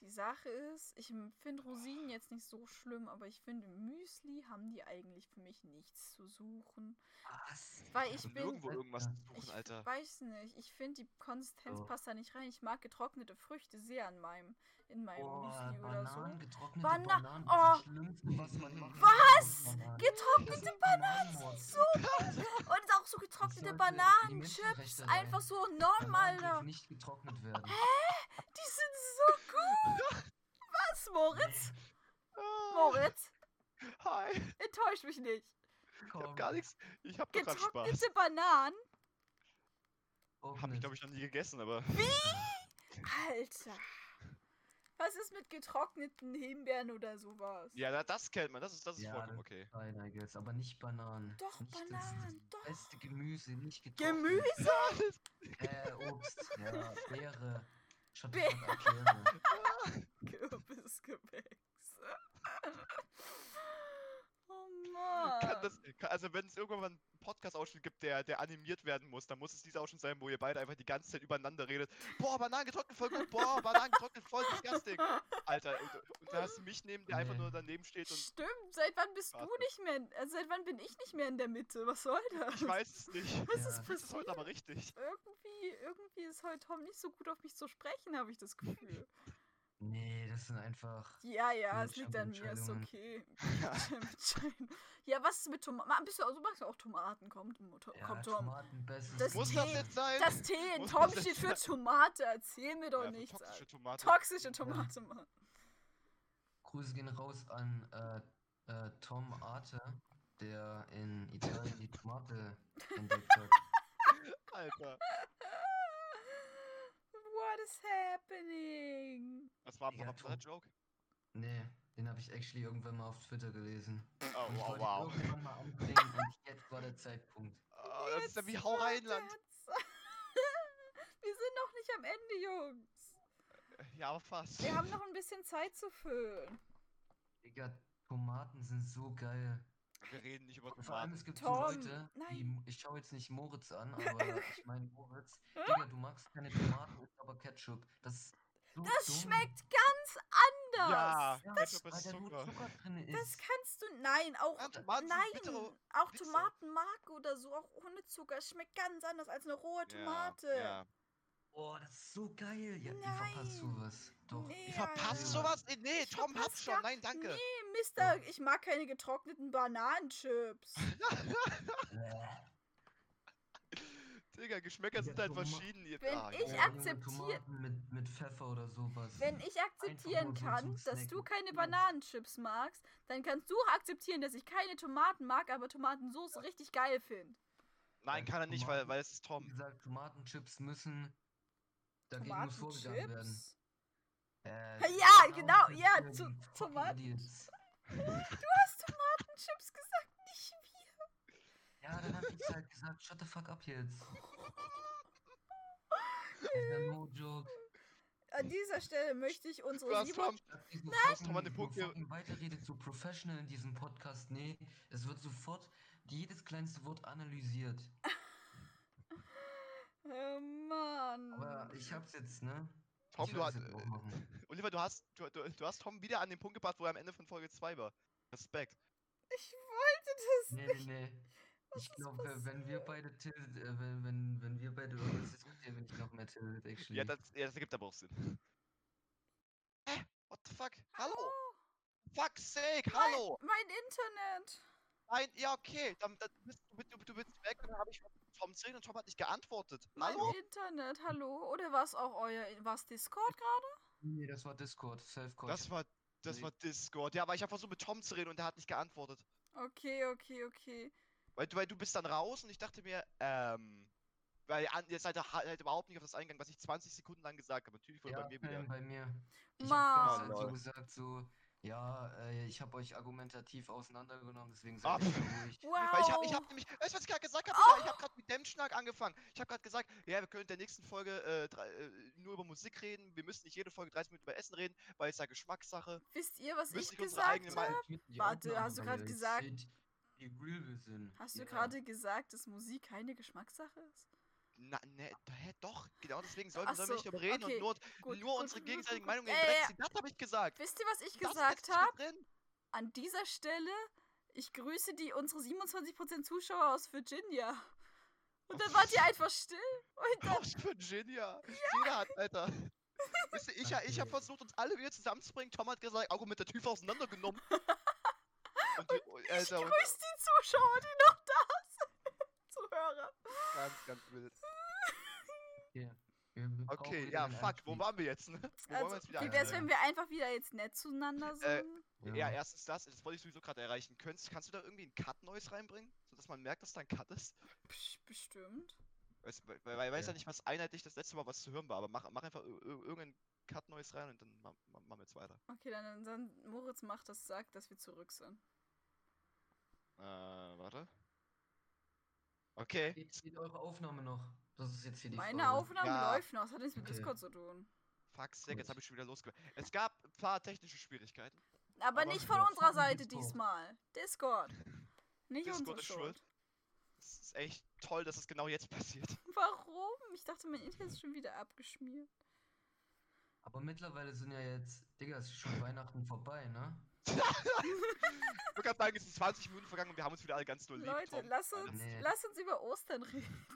Die Sache ist, ich finde Rosinen jetzt nicht so schlimm, aber ich finde, Müsli haben die eigentlich für mich nichts zu suchen.
Was?
Weil ich
Und
bin.
irgendwo irgendwas zu suchen,
Ich
Alter.
weiß nicht. Ich finde, die Konsistenz
So.
passt da nicht rein. Ich mag getrocknete Früchte sehr in meinem, in meinem
Oh,
Müsli oder so.
Bananen, getrocknete
Bana-
Bananen. ist
Oh.
Das Schlimmste, was man machen
Was?
kann. Bananen. Das
Getrocknete
sind Bananen.
so und auch so getrocknete
sollte die
Bananen,
Menschenrechte
Chips,
rein.
einfach so
Bananen
normal.
dürfen
da.
nicht getrocknet werden.
Die sind so gut. Was, Moritz?
Ah,
Moritz,
Hi.
enttäusch mich nicht.
Ich hab gar nichts. Ich hab doch grad Spaß.
Oh. Getrocknete Bananen?
Hab ich, glaube ich, noch nie gegessen, aber.
Alter. Was ist mit getrockneten Himbeeren oder sowas?
Ja, da- das kennt man. Das ist, das ist
Ja,
vollkommen
das-
okay.
Nein, jetzt, aber nicht Bananen.
Doch,
nicht, Das,
Bananen,
ist
doch.
das beste Gemüse, nicht getrocknet.
Gemüse? (laughs)
Äh, Obst, ja, Beere. Schottland hat Beere.
Kürbisgewächs. (laughs) oh
Kann
Mann.
das, kann, also, wenn es irgendwann einen Podcast-Ausschnitt gibt, der, der animiert werden muss, dann muss es dieser Ausschnitt sein, wo ihr beide einfach die ganze Zeit übereinander redet. Boah, Bananen getrocknet voll gut. Boah, Bananen getrocknet voll disgusting. Alter, und, und da hast du mich neben, der einfach
Nee.
nur daneben steht und
Stimmt, seit wann bist du
Warte.
nicht mehr, in- also seit wann bin ich nicht mehr in der Mitte? Was soll das?
ich weiß es
(laughs)
nicht.
Was
Ja.
Das
ist
ist heute
passiert?
aber richtig.
halt
(laughs)
Irgendwie, irgendwie ist heute Tom nicht so gut auf mich zu sprechen, habe ich das Gefühl.
Nee, das sind einfach.
Ja, ja,
Hm,
es liegt an mir, ist
Entscheidungen.
okay.
(laughs)
Entscheidungen. ja, was ist mit Tomaten? Bist du, also magst du auch Tomaten? Komm, Tom, Tom,
Ja,
komm, Tom.
Tomaten bestes.
Das
Muss
Tee.
das jetzt sein?
Das T in
Muss
Tom
das jetzt
steht für
(laughs)
Tomate. Erzähl mir doch
Ja, für
nichts.
toxische
Alter.
Tomate.
Toxische Tomate, Mann.
Grüße gehen raus an äh, äh, Tom Arte, der in Italien die
(laughs)
Tomate entdeckt hat.
Alter,
What is happening?
das war ein
Ja,
ja,
Tom. (laughs)
Joke. Oh,
Nee, den habe ich actually irgendwann mal auf Twitter gelesen.
Oh,
Und ich
wow,
wollte
wow.
ihn irgendwann mal anbringen und jetzt war der Zeitpunkt.
Oh, das ist ja wie
Jetzt
Hau
war
Rheinland.
der Z- (laughs) Wir sind noch nicht am Ende, Jungs.
Ja, aber fast.
Wir haben noch ein bisschen Zeit zu füllen.
Digga, Tomaten sind so geil.
Wir reden nicht über
Und vor allem,
Tomaten.
es gibt
Tom,
so Leute, die,
nein.
ich schaue jetzt nicht Moritz
(laughs)
an, aber ich meine Moritz, Digga, du magst keine Tomaten, isst aber Ketchup. Das, ist so
Das
dumm.
schmeckt ganz anders.
Ja,
Ja,
Ketchup
weil
ist
da nur
Zucker.
Zucker drin ist.
Das kannst du. Nein, auch.
Ja, Tomaten sind
nein,
bittere
auch
Pilze.
Tomatenmark oder so, auch ohne Zucker. Es Schmeckt ganz anders als eine rohe Tomate.
Ja, ja.
Oh, das ist so geil. Ja, die
Nein.
verpasst sowas. Doch.
Nee,
Ich
Alter.
verpasst sowas? Nee, nee
Ich
Tom
verpass
hat's schon.
gar-
Nein, danke.
Nee,
Hm.
Mister, ich mag keine getrockneten Bananenchips.
Digga, Geschmäcker sind
Ja,
halt
Toma-
verschieden. Ihr
Wenn
Ah,
ich
Junge.
junge
akzeptier-
Tomaten mit, mit Pfeffer oder sowas. (laughs)
Wenn ich akzeptieren
nur so
kann,
zum
dass du
Snacken.
keine
Ja.
Bananenchips magst, dann kannst du akzeptieren, dass ich keine Tomaten mag, aber Tomatensoße richtig geil finde.
Nein, kann er nicht, weil,
Tomaten-
weil es ist
Wie
Tom.
gesagt, Tomatenchips müssen dagegen muss vorgegangen werden.
Tomatenchips?
Äh,
Ja, genau,
Tomatenchips
ja,
für
zu-
die fucking
Tomaten-
Idiots.
Du hast Tomatenchips gesagt, nicht wir.
Ja, dann hab ich halt gesagt, shut the fuck up jetzt. Alter, no joke.
An dieser Stelle möchte ich unsere
Was,
liebe...
Tom?
Statt diese
Tom hat den Punkt
fucking,
hier-
fucking weiterredet so professional in diesem Podcast. Nee, es wird sofort jedes kleinste Wort analysiert.
Oh Mann.
Aber ich hab's jetzt, ne?
Tom,
ich
du
will's
hast,
jetzt auch machen.
Oliver, du hast, du, du, du hast Tom wieder an den Punkt gebracht, wo er am Ende von Folge 2 war. Respekt.
Ich wollte
Nee,
das
nee, nee. Ich glaube, wenn wir beide Till, äh, wenn, wenn, wenn wir beide über uns diskutieren, bin ich noch mehr Till, actually.
Ja das, ja, das ergibt aber auch Sinn. Hä? What the fuck? Hallo? Fuck's sake, hallo!
Oh, Mein, mein Internet.
Nein, ja, okay. Dann, dann bist du, du, du bist weg und dann habe ich von Tom 10 und Tom hat nicht geantwortet.
Mein
Oh
Hallo?
Internet, hallo. Oder war es auch euer... War es Discord gerade?
Nee, das war Discord, Self-Call.
Das war, das
Nee.
war Discord. Ja, aber ich habe versucht mit Tom zu reden und der hat nicht geantwortet.
Okay, okay, okay.
Weil, du- weil du bist dann raus und ich dachte mir, ähm. Weil an- ihr seid da halt halt überhaupt nicht auf das eingegangen, was ich 20 Sekunden lang gesagt habe. Natürlich wurde
ja,
bei mir
(laughs)
wieder.
Film bei mir. Ich
Mann.
Oh,
hab ganz halt so
lol.
gesagt, so, ja, äh, ich habe euch argumentativ auseinandergenommen, deswegen
Ah,
seid ihr wieder
(laughs)
ruhig.
Wow.
Weil ich habe ich hab nämlich, weißt du, was ich gerade gesagt habe? Ja, Ich habe gerade mit Dämmschlag angefangen. Ich habe gerade gesagt, ja, wir können in der nächsten Folge äh, drei, äh, nur über Musik reden. Wir müssen nicht jede Folge 30 Minuten über Essen reden, weil es ja Geschmackssache.
Wisst ihr, was
Müsst
ich
ich unsere eigene
gesagt
Meinung-
habe? Warte, hast du grad gesagt-
Wie real wir sind.
Hast du
Ja.
gerade gesagt, dass Musik keine Geschmackssache ist?
Na, ne, hä, doch, genau deswegen sollten
Ach
sollen
so,
wir nicht darüber reden
okay,
und nur, nur
gut,
unsere
gut, gut,
gegenseitigen
gut.
Meinungen in
Ja,
den
ja,
Dreck
ja.
ziehen. Das habe ich gesagt.
Wisst ihr, was ich
Das ist
gesagt
jetzt hier
habe?
drin.
An dieser Stelle, ich grüße die unsere 27% Zuschauer aus Virginia. Und dann wart ihr einfach still. Und dann,
Aus Virginia. Jeder hat, Alter. Wisst ihr, ich, ja- ich habe
Okay.
versucht, uns alle wieder zusammenzubringen. Tom hat gesagt, auch mit der Tüfe
(laughs)
auseinandergenommen. Und, die- und,
ich
Alter, und
grüße die Zuschauer, die noch da sind. (laughs) Zuhörer.
ganz, ganz wild.
Okay, wir brauchen
Okay,
wieder
ja,
einen
fuck, wo
Einstieg.
waren wir jetzt? Ne? Wo waren wir
Also,
jetzt wieder
wie wär's,
angekommen?
wenn wir einfach wieder jetzt nett zueinander
Äh,
sind?
Ja, erstens das, das wollte ich sowieso gerade erreichen. Könntest, kannst du da irgendwie ein Cut-Noise reinbringen? Sodass man merkt, dass da ein Cut ist?
Psch, bestimmt.
Weißt, weil, weil, weil ich weiß ja
Ja.
nicht, was einheitlich das letzte Mal was zu hören war, aber mach, mach einfach ir- ir- irgendein Cut-Noise rein und dann ma- ma- machen wir jetzt weiter.
Okay, dann, dann Moritz macht das, sagt, dass wir zurück sind.
Äh, warte. Okay.
Geht, geht eure Aufnahme noch? Das ist jetzt hier die
Meine
Frage.
Aufnahme
Ja.
läuft noch, das hat nichts mit
Okay.
Discord zu tun.
Fuck, sick, jetzt
Gut.
habe ich schon wieder losgehört. Es gab ein paar technische Schwierigkeiten.
Aber,
Aber
nicht
wir
von
fragen
unserer Seite
Discord.
diesmal.
(laughs)
Discord. Nicht
Discord
unsere
ist schuld.
Schuld.
Es ist echt toll, dass es genau jetzt (laughs) passiert.
Warum? Ich dachte, mein Internet ist schon wieder abgeschmiert.
Aber mittlerweile sind ja jetzt, Digga, es ist
(laughs)
schon Weihnachten vorbei, ne?
Ich würde gerade sagen, es sind 20 Minuten vergangen und wir haben uns wieder alle ganz doll lieb.
Leute,
Tom.
lass
Alter.
uns,
Ah, Nee.
lass uns über Ostern (laughs) reden.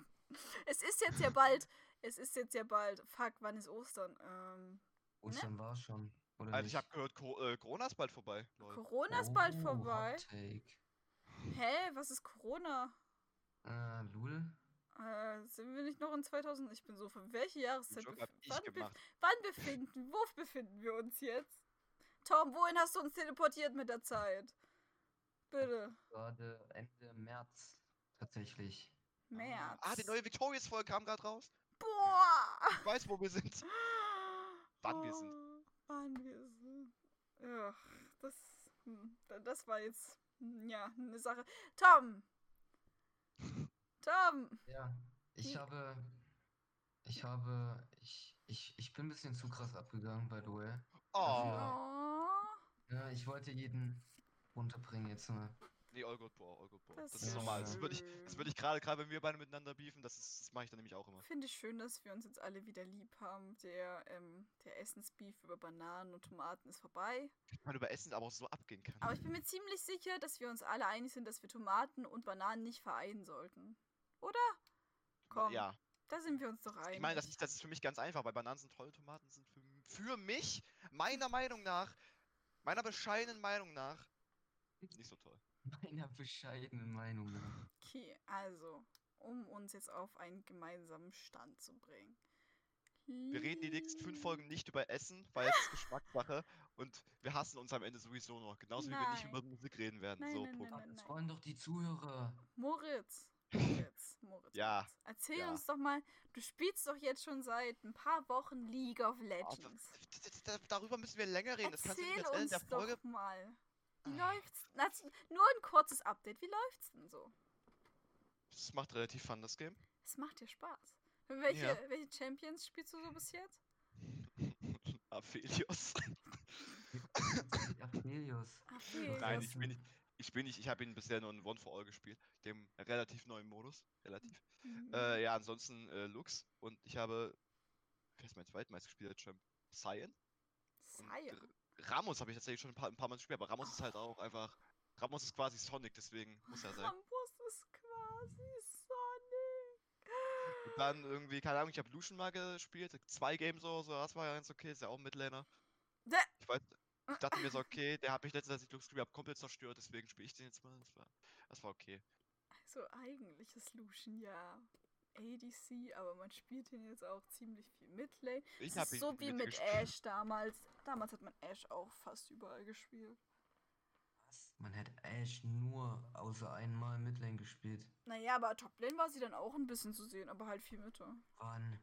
Es ist jetzt ja bald. Es ist jetzt ja bald. Fuck, wann ist Ostern? Ähm,
Ostern war schon. Oder
Alter, Also ich
nicht?
habe gehört, Co äh, Corona ist bald vorbei. Lol.
Corona ist bald
Oh,
vorbei.
Hot Take.
Hä, was ist Corona?
Äh, Lul?
Äh, sind wir nicht noch in 2000? Ich bin so von welche
Den
Jahreszeit?
Joke
bef-
hab ich
wann, bef-
gemacht.
wann befinden? Wo befinden wir uns jetzt? Tom, wohin hast du uns teleportiert mit der Zeit? Bitte.
Gerade Ende März tatsächlich.
März.
Ah, die neue Victorious-Folge kam gerade raus.
Boah!
Ich weiß, wo wir sind. (gasps) Wann wir sind.
Wann wir sind. Ja, Oh, das, hm, da- das war jetzt hm, ja eine Sache. Tom! Tom!
Ja, ich
Ja.
habe. Ich habe. Ich, ich, ich bin ein bisschen zu krass abgegangen, by the way.
Oh.
Ja.
Oh,
Ja, ich wollte jeden runterbringen jetzt mal.
Nee, all good, boah, all good, boah. Das,
das,
ist
ist
normal. Das würde ich, das
schön.
würd ich gerade, gerade wenn wir beide miteinander beefen, das, ist, das mache ich dann nämlich auch immer.
Finde ich schön, dass wir uns jetzt alle wieder lieb haben. Der, ähm, der Essensbeef über Bananen und Tomaten ist vorbei.
Man über Essen aber auch so abgehen kann.
Aber ich bin mir ziemlich sicher, dass wir uns alle einig sind, dass wir Tomaten und Bananen nicht vereinen sollten. Oder? Komm,
Ja.
da sind wir uns doch einig.
Ich meine, das ist, das ist für mich ganz einfach, weil Bananen sind toll, Tomaten sind für, für mich, meiner Meinung nach, meiner bescheidenen Meinung nach, nicht so toll.
(laughs) Meiner bescheidenen Meinung nach.
Okay, also, um uns jetzt auf einen gemeinsamen Stand zu bringen.
Wir reden die nächsten fünf Folgen nicht über Essen, weil es
(laughs)
ist Geschmackssache und wir hassen uns am Ende sowieso noch. Genauso wie wir nicht über Musik reden werden.
Nein,
so,
nein,
Punkt.
nein,
Ach,
nein,
das
nein.
wollen doch die
(coughs)
Zuhörer.
(laughs)
Moritz, Moritz, Moritz.
Ja,
Moritz. Erzähl
ja.
uns doch mal, du spielst doch jetzt schon seit ein paar Wochen League of
Aber
Legends.
d- d- d- darüber müssen wir länger reden. Das kannst du nicht
Erzähl
erzählen in
uns
der Folge.
doch mal. Wie
Ah.
läuft's? Das, nur ein kurzes Update. Wie läuft's denn so?
Das macht relativ fun, das Game. (laughs)
Es macht dir Spaß. Welche,
Ja.
welche Champions spielst du so bis jetzt?
Aphelios.
Aphelios.
Okay.
Nein,
das
ich
ist-
bin nicht. Ich bin nicht, ich habe ihn bisher nur in One for All gespielt, dem relativ neuen Modus, relativ.
Mhm.
Äh, ja, ansonsten äh, Lux und ich habe, wer ist mein zweitmeist gespielter Champ? Cyan? und äh,
Sire.
R- Ramos habe ich tatsächlich schon ein paar, ein paar Mal gespielt, aber Ramos ist halt auch einfach, Ramos ist quasi Sonic, deswegen muss er sein.
Rambus ist quasi Sonic.
Und dann irgendwie, keine Ahnung, ich habe Lucian mal gespielt, zwei Games oder so, das war ja ganz okay, ist ja auch ein Midlaner.
Dä-
Ich weiß, ich dachte
(laughs)
mir so, okay, der hat mich letztens, als ich Lux gespielt habe, komplett zerstört, deswegen spiele ich den jetzt mal, das war, das war okay.
Also eigentlich ist Lucian ja ADC, aber man spielt ihn jetzt auch ziemlich viel Midlane.
Ich
Es
habe
ist so wie mit Ash damals. Damals hat man Ash auch fast überall gespielt.
Was? Man hat Ash nur außer einmal Midlane gespielt.
Naja, aber Toplane war sie dann auch ein bisschen zu sehen, aber halt viel Mitte.
Wann?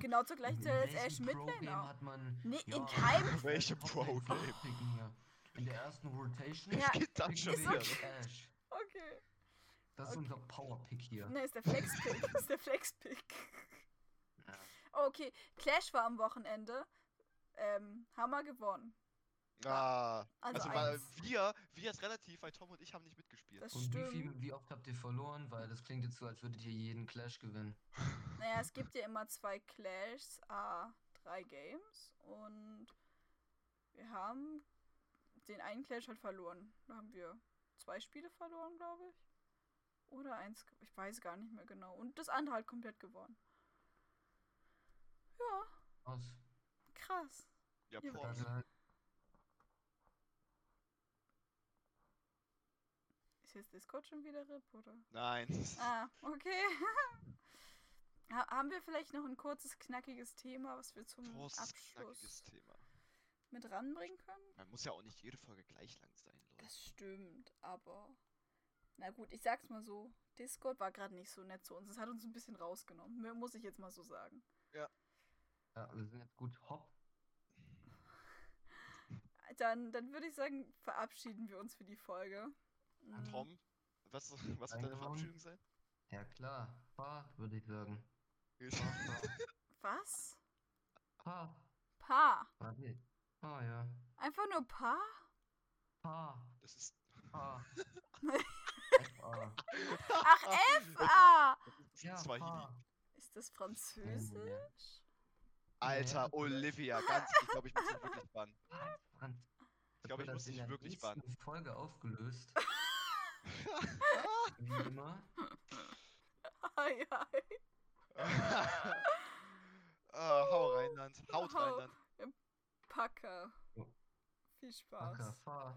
Genau zur gleichen
In
Zeit als
welchem
Ash
Pro-Game
Midlane auch.
hat man.
Nee, in
Ja,
keinem-
ich werd
Welchem
Top-Lane
Pro-Game?
festpicken hier. In der
(laughs)
ersten Rotation.
Ja,
Dann
picken
schon
wir
wieder.
okay.
Ash.
Okay.
Das ist
Okay.
unser Powerpick hier.
Ne, ist der Flexpick. ist der Flexpick.
Ja.
Okay, Clash war am Wochenende. Ähm, Hammer gewonnen.
Ah,
Also
also, weil
eins.
wir, wir ist relativ, weil Tom und ich haben nicht mitgespielt.
Das
Und wie,
stimmt.
viel, wie oft habt ihr verloren? Weil das klingt jetzt so, als würdet ihr jeden Clash gewinnen.
Naja, es gibt ja immer zwei Clashs, a drei Games und wir haben den einen Clash halt verloren. Da haben wir zwei Spiele verloren, glaube ich. Oder eins, ge- ich weiß gar nicht mehr genau. Und das andere halt komplett gewonnen. Ja,
Aus.
krass.
ja,
ja,
boah.
Also halt,
Ist jetzt Discord schon wieder RIP, oder?
Nein.
Ah, okay. (laughs) ha haben wir vielleicht noch ein kurzes, knackiges Thema, was wir zum
Großes, knackiges
hm, Abschluss
Thema.
mit ranbringen können?
Man muss ja auch nicht jede Folge gleich lang sein, Leute.
Das stimmt, aber. Na gut, ich sag's mal so. Discord war gerade nicht so nett zu uns. Es hat uns ein bisschen rausgenommen. Mu- Muss ich jetzt mal so sagen.
ja, wir sind jetzt gut hopp.
Dann, dann würde ich sagen, verabschieden wir uns für die Folge. Mm,
Tom, was, was wird deine
Eingehauen.
Verabschiedung sein?
Ja klar. Fahrt, würde ich sagen.
Ist-
Was?
Paar.
Paar.
Warte. Ah ja.
Einfach nur Paar?
Paar.
(laughs) Das ist,
Paar.
(laughs)
FA.
Ach, FA!
das
Ja,
ist Swahili.
Paar.
Ah! Ist das Französisch? (laughs)
Alter,
Ja.
Olivia, ganz, ich glaube, ich muss dich wirklich bannen.
Franz-
Ich glaube, ich
wird
muss
das in
dich
der
wirklich
nächsten
bannen. (laughs)
Folge aufgelöst. Wie immer.
Ei, ei.
Ah, hau Rheinland, haut
Hau.
Rheinland.
Packer.
Ja.
Viel Spaß.
Packer, fahr.